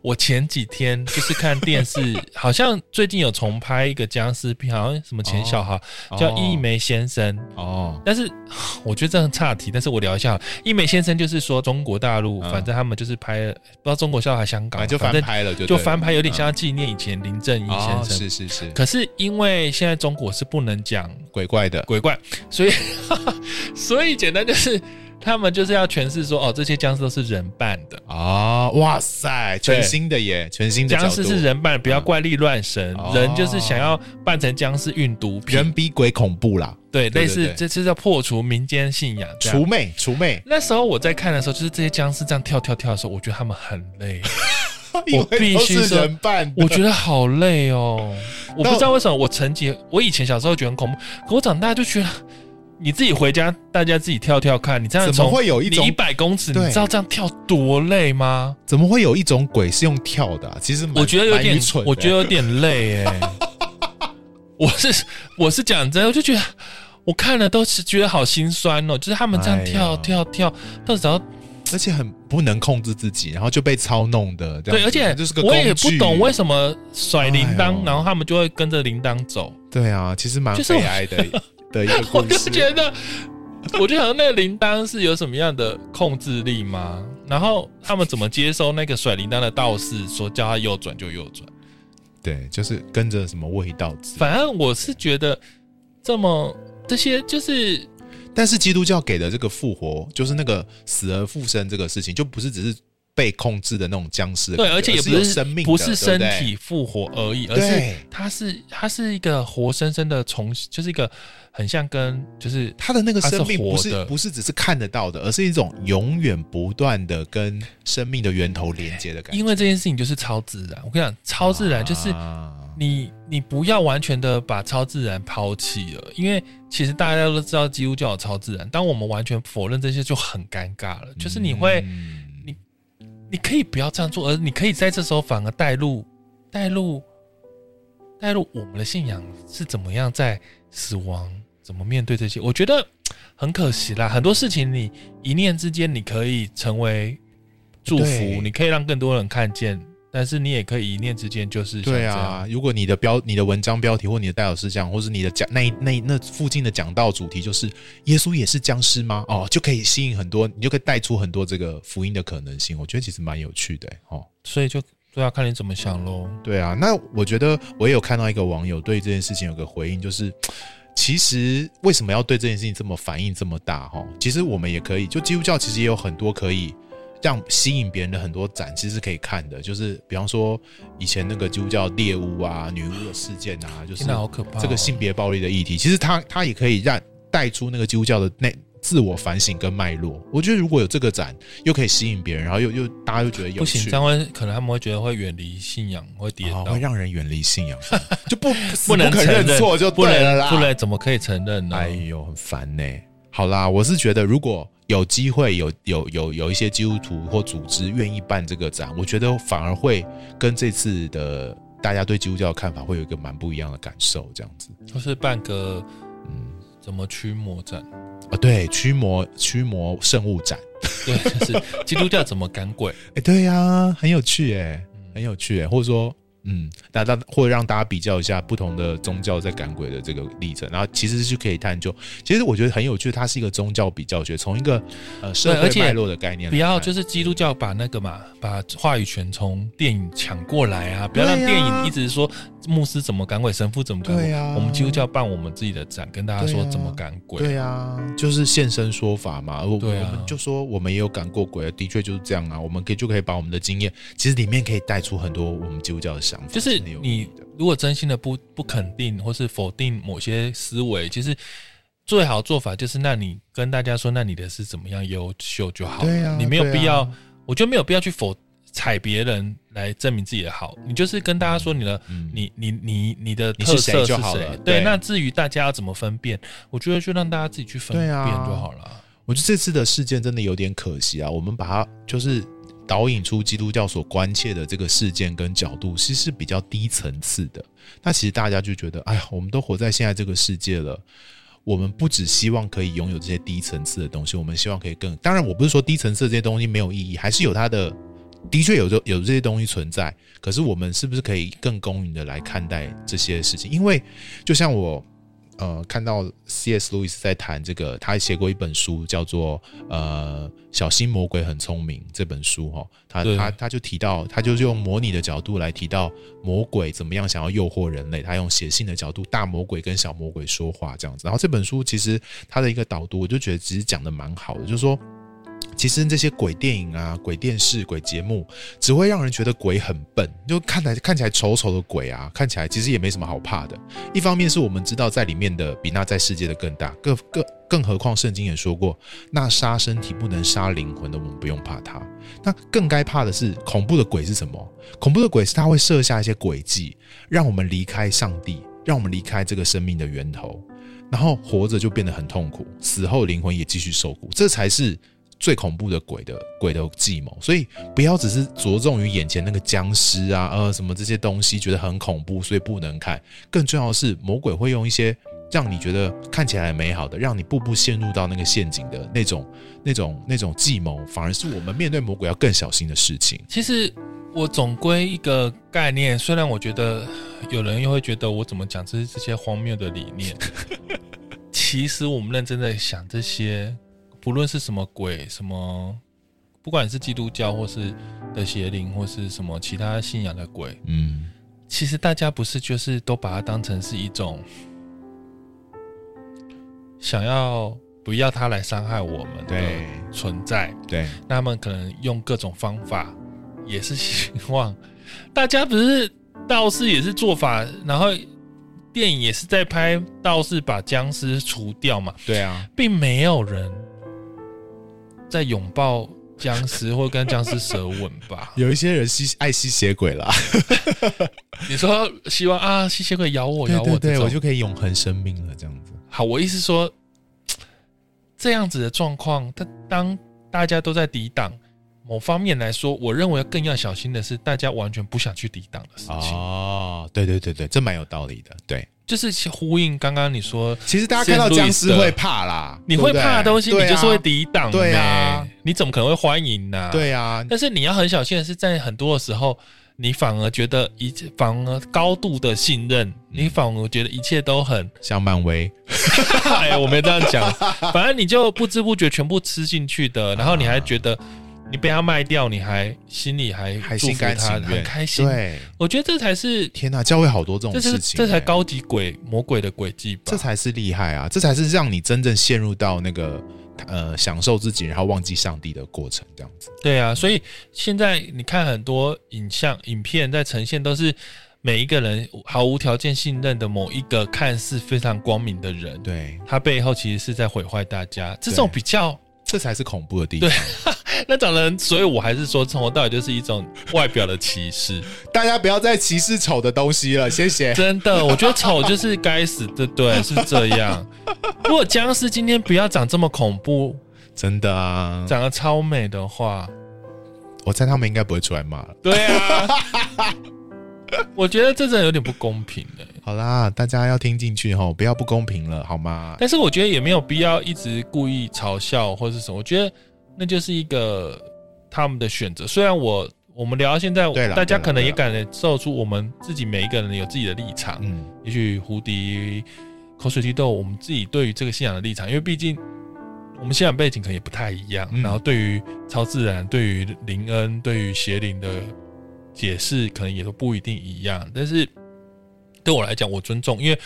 S3: 我前几天就是看电 视，好像最近有重拍一个僵尸片，好像什么前小孩、叫
S4: 哦
S3: 一梅先生。
S4: 哦，
S3: 但是 我觉得这很岔题，但是我聊一下。一梅先生就是说中国大陆，
S4: 嗯
S3: 反正他们就是拍了，不知道中国笑还是香港，
S4: 反正就翻
S3: 正
S4: 拍了，就
S3: 就
S4: 就
S3: 翻拍，有点像纪念以前林正英
S4: 哦，
S3: 先生。
S4: 是是是，
S3: 可是因为现在中国是不能讲
S4: 鬼怪的，
S3: 鬼怪，所以 所以简单就是他们就是要诠释说，哦，这些僵尸都是人扮的，
S4: 啊、哇塞，全新的耶，全新的角
S3: 僵
S4: 度
S3: 尸是，人扮，不要怪力乱神，
S4: 哦
S3: 人就是想要扮成僵尸运毒品，
S4: 人比鬼恐怖啦，
S3: 对，
S4: 对
S3: 类
S4: 对
S3: 似
S4: 对
S3: 这是要破除民间信仰。这样
S4: 除魅除 魅，
S3: 那时候我在看的时候，就是这些僵尸这样跳跳跳的时候，我觉得他们很累，
S4: 因为
S3: 必
S4: 都
S3: 须
S4: 是
S3: 说
S4: 人扮 的，
S3: 我觉得好累哦。 我不
S4: 那
S3: 知道为什么，我曾经我以前小时候觉得很恐怖，可我长大就觉得。你自己回家，大家自己跳跳看，你这样
S4: 怎么
S3: 从
S4: 会有一
S3: 你一
S4: 种
S3: 百公尺，你
S4: 对
S3: 知道这样跳多累吗？
S4: 怎么会有一种鬼是用跳的啊、其实蛮
S3: 我觉得有
S4: 蛮
S3: 点
S4: 愚蠢，的
S3: 我觉得有点累 哎、我是我是讲真的，我就觉得我看了都是觉得好心酸哦，就是他们这样
S4: 哎
S3: 跳
S4: 呀
S3: 跳跳，到时候
S4: 而且很不能控制自己，然后就被操弄的啊这样子，
S3: 对，而且
S4: 就是个
S3: 我也
S4: 工
S3: 不
S4: 具
S3: 懂为什么甩铃
S4: 哎
S3: 铛，
S4: 呦
S3: 然后他们就会跟着铃铛走。
S4: 对啊，其实蛮
S3: 就是我
S4: 悲哀 的的一个
S3: 我
S4: 故
S3: 就
S4: 事，
S3: 觉得，我就想那个铃铛是有什么样的控制力吗？然后他们怎么接收那个甩铃铛的道士说叫他右转就右转？
S4: 对，就是跟着什么味道之类的
S3: 反正我是觉得这么这些就是
S4: 但是基督教给的这个复活，就是那个死而复生这个事情，就不是只是被控制的那种僵尸的感
S3: 对，
S4: 觉，
S3: 而且也
S4: 是
S3: 不
S4: 有
S3: 是
S4: 生命的，
S3: 不是身
S4: 对
S3: 体复活而已，而
S4: 对
S3: 是它是它是一个活生生的重，就是一个很像跟就是
S4: 他的那个生命不
S3: 它是活
S4: 是
S3: 的
S4: 不是只是看得到的，而是一种永远不断的跟生命的源头连接的感觉。
S3: 因为这件事情就是超自然。我跟你讲，超自然就是
S4: 啊
S3: 你你不要完全的把超自然抛弃了，因为其实大家都知道基督教有超自然，当我们完全否认这些就很尴尬了。就是你会，
S4: 嗯
S3: 你你可以不要这样做，而你可以在这时候反而带入带入带入我们的信仰是怎么样在死亡怎么面对这些，我觉得很可惜啦。很多事情你一念之间，你可以成为祝
S4: 对
S3: 福，你可以让更多人看见，但是你也可以一念之间就是像这
S4: 对
S3: 样
S4: 啊，如果你的标、你的文章标题或你的代表事项，或是你的讲那一那一那附近的讲道主题就是耶稣也是僵尸吗？哦，就可以吸引很多，你就可以带出很多这个福音的可能性。我觉得其实蛮有趣的、哦。
S3: 所以就对啊，看你怎么想喽。
S4: 对啊，那我觉得我也有看到一个网友对这件事情有个回应，就是其实为什么要对这件事情这么反应这么大？哈，其实我们也可以，就基督教其实也有很多可以让吸引别人的很多展，其实是可以看的，就是比方说以前那个基督教猎巫啊、女巫的事件啊，就是
S3: 天哪，好可怕哦、
S4: 这个性别暴力的议题，其实它它也可以让带出那个基督教的那自我反省跟脉络。我觉得如果有这个展，又可以吸引别人，然后又又大家又觉得有趣，
S3: 不行，这样会可能他们会觉得会远离信仰，会跌
S4: 哦
S3: 倒，
S4: 会让人远离信仰，就不死
S3: 能
S4: 肯
S3: 承认
S4: 认错就
S3: 不
S4: 对了
S3: 能
S4: 啦。
S3: 不然怎么可以承认呢？
S4: 哎呦，很烦呢、好啦，我是觉得如果有机会，有有有有一些基督徒或组织愿意办这个展，我觉得反而会跟这次的大家对基督教的看法会有一个蛮不一样的感受，这样子。
S3: 就是办个
S4: 嗯，
S3: 怎么驱魔战，
S4: 啊，对，驱魔驱魔圣物展，
S3: 对， 就是基督教怎么赶鬼，嗯
S4: 哎、对呀、很有趣哎、很有趣哎、或者说嗯，那大或者让大家比较一下不同的宗教在赶鬼的这个历程，然后其实是可以探究。其实我觉得很有趣，它是一个宗教比较学，从一个呃社
S3: 而
S4: 会
S3: 且
S4: 脉络的概念来看，
S3: 不要就是是基督教把那个嘛，把话语权从电影抢过来啊！不要让
S4: 对啊
S3: 电影一直说牧师怎么赶鬼，神父怎么赶鬼。
S4: 对啊
S3: 我们基督教办我们自己的展，跟大家说
S4: 对啊
S3: 怎么赶鬼。
S4: 对啊，就是现身说法嘛。我
S3: 对啊
S4: 我们就说我们也有赶过鬼，的确就是这样啊。我们可以就可以把我们的经验，其实里面可以带出很多我们基督教的想法，
S3: 就是
S4: 很有
S3: 你
S4: 意义的
S3: 如果真心的不不肯定或是否定某些思维，其实最好做法就是，那你跟大家说，那你的是怎么样优秀就好了。
S4: 对啊
S3: 你没有
S4: 对啊
S3: 必要，我觉得没有必要去否踩别人来证明自己的好。你就是跟大家说你的，
S4: 嗯
S3: 你你你你的
S4: 你
S3: 特
S4: 是
S3: 色
S4: 谁就好了
S3: 谁
S4: 对
S3: 对，那至于大家要怎么分辨，我觉得就让大家自己去分
S4: 对
S3: 辨就
S4: 啊
S3: 好了。
S4: 我觉得这次的事件真的有点可惜啊，我们把它就是导引出基督教所关切的这个事件跟角度，其实是比较低层次的。那其实大家就觉得，哎呀，我们都活在现在这个世界了。我们不只希望可以拥有这些低层次的东西，我们希望可以更……当然，我不是说低层次的这些东西没有意义，还是有它的，的确有这有这些东西存在。可是，我们是不是可以更公允的来看待这些事情？因为就像我呃看到 C.S. 路易斯在谈这个，他写过一本书叫做呃《小心魔鬼很聪明》这本书哈、哦，他
S3: 对
S4: 他他就提到，他就是用模拟的角度来提到魔鬼怎么样想要诱惑人类，他用写信的角度，大魔鬼跟小魔鬼说话这样子。然后这本书其实他的一个导读，我就觉得其实讲的蛮好的，就是说。其实这些鬼电影啊、鬼电视、鬼节目，只会让人觉得鬼很笨，就看来看起来丑丑的鬼啊，看起来其实也没什么好怕的。一方面是我们知道在里面的比那在世界的更大，更更更何况圣经也说过，那杀身体不能杀灵魂的，我们不用怕它。那更该怕的是恐怖的鬼是什么？恐怖的鬼是它会设下一些诡计，让我们离开上帝，让我们离开这个生命的源头，然后活着就变得很痛苦，死后灵魂也继续受苦，这才是。最恐怖的鬼的鬼的计谋，所以不要只是着重于眼前那个僵尸啊，呃，什么这些东西，觉得很恐怖，所以不能看。更重要的是，魔鬼会用一些让你觉得看起来美好的，让你步步陷入到那个陷阱的那种、那种、那种计谋，反而是我们面对魔鬼要更小心的事情。
S3: 其实我总归一个概念，虽然我觉得有人又会觉得我怎么讲这是这些荒谬的理念，其实我们认真的想这些，不论是什么鬼，什么不管是基督教或是的邪灵，或是什么其他信仰的鬼，
S4: 嗯，
S3: 其实大家不是就是都把它当成是一种想要不要它来伤害我们的
S4: 对
S3: 存在，
S4: 对，
S3: 那他们可能用各种方法，也是希望大家不是道士也是做法，然后电影也是在拍道士把僵尸除掉嘛，
S4: 对啊，
S3: 并没有人在拥抱僵尸或跟僵尸舌吻
S4: ？
S3: 吧
S4: 有一些人吸爱吸血鬼啦，
S3: 你说希望啊吸血鬼咬我咬我
S4: 对
S3: 这
S4: 对，
S3: 种
S4: 哦我就可以永恒生命了，这样子。
S3: 好，我意思说，这样子的状况，它当大家都在抵挡某方面来说，我认为更要小心的是，大家完全不想去抵挡的事情，
S4: 哦，对对对对，这蛮有道理的。对，
S3: 就是呼应刚刚你说，
S4: 其实大家看
S3: 陷
S4: 到
S3: 入
S4: 僵尸
S3: 一个
S4: 会怕啦，
S3: 你
S4: 对
S3: 会
S4: 不对
S3: 怕的东西，你
S4: 对啊
S3: 就是会抵挡、
S4: 对啊，
S3: 你怎么可能会欢迎呢、。
S4: 对啊，
S3: 但是你要很小心的是，在很多的时候，你反而觉得一切，反而高度的信任，
S4: 嗯
S3: 你反而觉得一切都很
S4: 像漫威，
S3: 哎呀，我没这样讲，反正你就不知不觉全部吃进去的，然后你还觉得你被他卖掉，你还心里还
S4: 还
S3: 祝
S4: 心
S3: 福
S4: 甘
S3: 他，
S4: 情愿，
S3: 很开心。
S4: 对，
S3: 我觉得这才是，
S4: 天哪，教会好多这
S3: 这
S4: 种
S3: 是
S4: 事情欸，
S3: 这才高级鬼魔鬼的诡计吧？
S4: 这才是厉害啊！这才是让你真正陷入到那个呃享受自己，然后忘记上帝的过程，这样子。
S3: 对啊，所以现在你看很多影像、影片在呈现都是每一个人毫无条件信任的某一个看似非常光明的人，
S4: 对，
S3: 他背后其实是在毁坏大家。这种
S4: 对
S3: 比较
S4: 这才是恐怖的地方。
S3: 那种人，所以我还是说，从头到尾就是一种外表的歧 视。
S4: 大家不要再歧视丑的东西了，谢 谢。
S3: 真的，我觉得丑就是该死，对不对？是这 样。如果僵尸今天不要长这么恐怖，
S4: 真的啊，
S3: 长得超美的话，
S4: 我猜他们应该不会出来骂了。
S3: 对啊， 我觉得这真的有点不公平哎、
S4: 好啦，大家要听进去哦，不要不公平了，好吗？
S3: 但是我觉得也没有必要一直故意嘲笑或是什么，我觉得那就是一个他们的选择。虽然我我们聊到现在
S4: 对，啦
S3: 大家
S4: 对啦
S3: 可能也
S4: 对
S3: 感受出我们自己每一个人有自己的立场。
S4: 嗯，
S3: 也许胡迪、口水鸡豆，我们自己对于这个信仰的立场，因为毕竟我们信仰背景可能也不太一样，
S4: 嗯
S3: 然后对于超自然、对于灵恩、对于邪灵的解释，可能也都不一定一样。但是对我来讲，我尊重，因为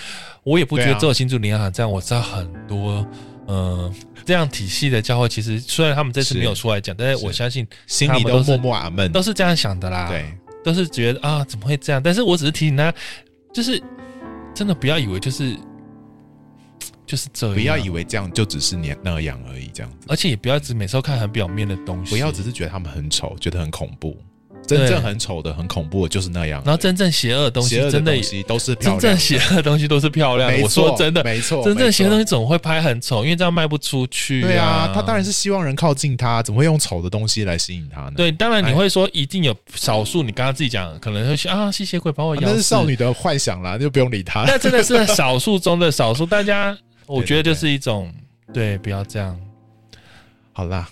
S3: 我也不觉得
S4: 对啊
S3: 只有新竹灵安堂这样，我知道很多。嗯，这样体系的教会，其实虽然他们这次
S4: 是
S3: 没有出来讲，但是
S4: 是
S3: 我相信
S4: 心
S3: 他
S4: 里
S3: 们
S4: 都
S3: 是
S4: 默默阿闷，
S3: 都是啊这样想的啦。
S4: 对，
S3: 都是觉得啊，怎么会这样？但是我只是提醒他，就是真的不要以为就是就是这样，
S4: 不要以，为这样就只是你那样而已，这样子，
S3: 而且也不要只每次都看很表面的东西，
S4: 不要只是觉得他们很丑，觉得很恐怖，真正很丑的、很恐怖的就是那样而已，
S3: 然后真正邪恶的东西，
S4: 邪恶的
S3: 真的
S4: 东西都是
S3: 真
S4: 漂亮的，啊
S3: 正邪恶的东西都是漂亮的。
S4: 没
S3: 我
S4: 错，
S3: 说真的，
S4: 没错，
S3: 真正邪恶的东
S4: 没
S3: 西
S4: 错。
S3: 总会拍很丑，因为这样卖不出去、
S4: 对
S3: 啊
S4: 啊，，他当然。是希望人靠近他，怎么会用丑的东西来吸引他呢？
S3: 对，啊当然你
S4: 哎
S3: 会说一定有少数，你刚刚自己讲，可能会说啊，吸血鬼把我
S4: 啊，
S3: 咬死。
S4: 那是少女的幻想啦，就不用理他。
S3: 那真的是少数中的少数，大家我
S4: 对
S3: 觉得
S4: 对
S3: 就是一种对，不要这样。
S4: 好啦，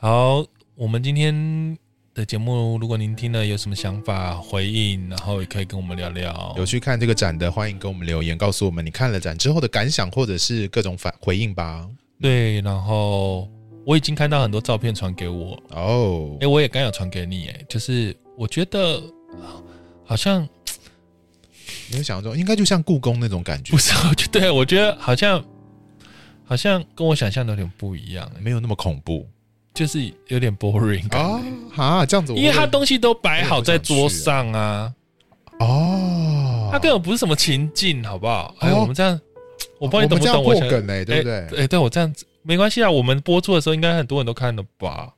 S3: 好，我们今天的节目，如果您听了有什么想法、回应，然后也可以跟我们聊聊。
S4: 有去看这个展的，欢迎给我们留言，告诉我们你看了展之后的感想，或者是各种反回应吧。
S3: 对，然后我已经看到很多照片传给我，
S4: 哦
S3: 诶，，我也刚有传给你，诶，就是我觉得好像
S4: 你有想说，应该就像故宫那种感觉
S3: 不，是，我觉得对我觉得好像好像跟我想象的有点不一样，
S4: 没有那么恐怖
S3: 就是有点 boring 感
S4: 啊哈，这样子我会，
S3: 因为他东西都摆
S4: 我
S3: 好
S4: 也不
S3: 在
S4: 想
S3: 桌
S4: 去啊
S3: 上啊，
S4: 哦，
S3: 它根本不是什么情境，好不好？哎，
S4: 哦
S3: 我们这样，我不知道你
S4: 我
S3: 懂
S4: 们
S3: 不
S4: 这样
S3: 懂？我
S4: 破
S3: 想
S4: 梗嘞，对不
S3: 哎
S4: 对？
S3: 哎，对我这样子没关系啊，我们播出的时候应该很多人都看了吧？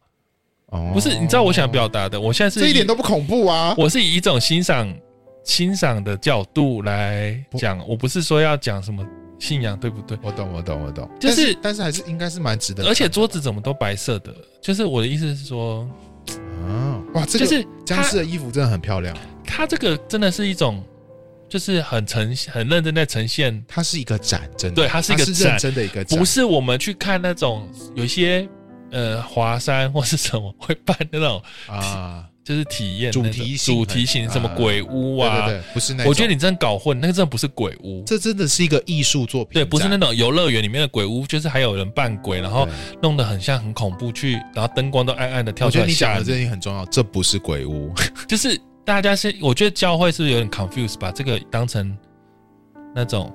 S4: 哦
S3: 不是，你知道我想表达的，我现在是
S4: 这一点
S3: 以
S4: 都不恐怖啊。
S3: 我是以一种欣赏欣赏的角度来讲，我不是说要讲什么信仰对不对？
S4: 我懂，我懂，我懂。
S3: 就是
S4: 但但是还是应该是蛮值得看的，
S3: 而且桌子怎么都白色的，就是我的意思是说，
S4: 啊，哇，这
S3: 就
S4: 个
S3: 是
S4: 僵
S3: 它
S4: 尸的衣服真的很漂亮，
S3: 它这个真的是一种，就是很呈很认真在呈现
S4: 它是一个展，真的，
S3: 对它是一个
S4: 认
S3: 展
S4: 真的一个展，
S3: 不是我们去看那种有一些呃华山或是什么会办那种
S4: 啊，
S3: 就是体验
S4: 主
S3: 那种
S4: 题型
S3: 主
S4: 的
S3: 题型什么
S4: 啊
S3: 鬼屋啊，
S4: 对对对，不是那种，
S3: 我觉得你真的搞混，那个真的不是鬼屋。
S4: 这真的是一个艺术作品
S3: 对，
S4: 展，
S3: 不是那种游乐园里面的鬼屋，就是还有人扮鬼，然后
S4: 对
S3: 弄得很像很恐怖，去然后灯光都暗暗的跳
S4: 我
S3: 出
S4: 觉得
S3: 来
S4: 你讲
S3: 吓
S4: 的这
S3: 你。
S4: 点很重要，这不是鬼屋，
S3: 就是大家是，我觉得教会是不是有点 confuse，把这个当成那种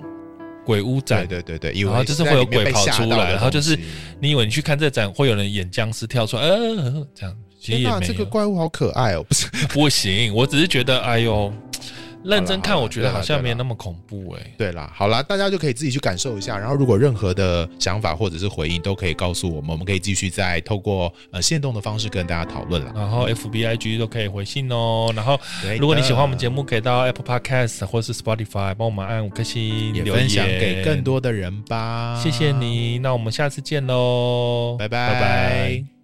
S3: 鬼屋
S4: 对
S3: 展？
S4: 对对对，以为
S3: 然后就是
S4: 在
S3: 会有
S4: 里面
S3: 鬼
S4: 被
S3: 跑
S4: 吓
S3: 出
S4: 到
S3: 来，
S4: 的
S3: 然后就
S4: 东
S3: 是
S4: 西
S3: 你以为你去看这展会有人演僵尸跳出来，呃，这样其实
S4: 天
S3: 也
S4: 哪，
S3: 没
S4: 哎这个
S3: 有。
S4: 怪物好可爱哦，不是，
S3: 不行，我只是觉得，哎呦，认真看，
S4: 好啦
S3: 我觉得
S4: 对啦
S3: 好像
S4: 对啦
S3: 没那么恐怖哎、
S4: 对啦，好啦，大家就可以自己去感受一下。然后，如果任何的想法或者是回应，都可以告诉我们，我们可以继续再透过呃线动的方式跟大家讨论啦。
S3: 然后 F B I G 都可以回信哦。然后
S4: 对的
S3: 如果你喜欢我们节目，可以到 Apple Podcast 或是 Spotify 帮我们按五颗星，
S4: 也
S3: 留言
S4: 分享给更。多的人吧。
S3: 谢谢，你，那我们下次见喽，
S4: 拜
S3: 拜拜
S4: 拜。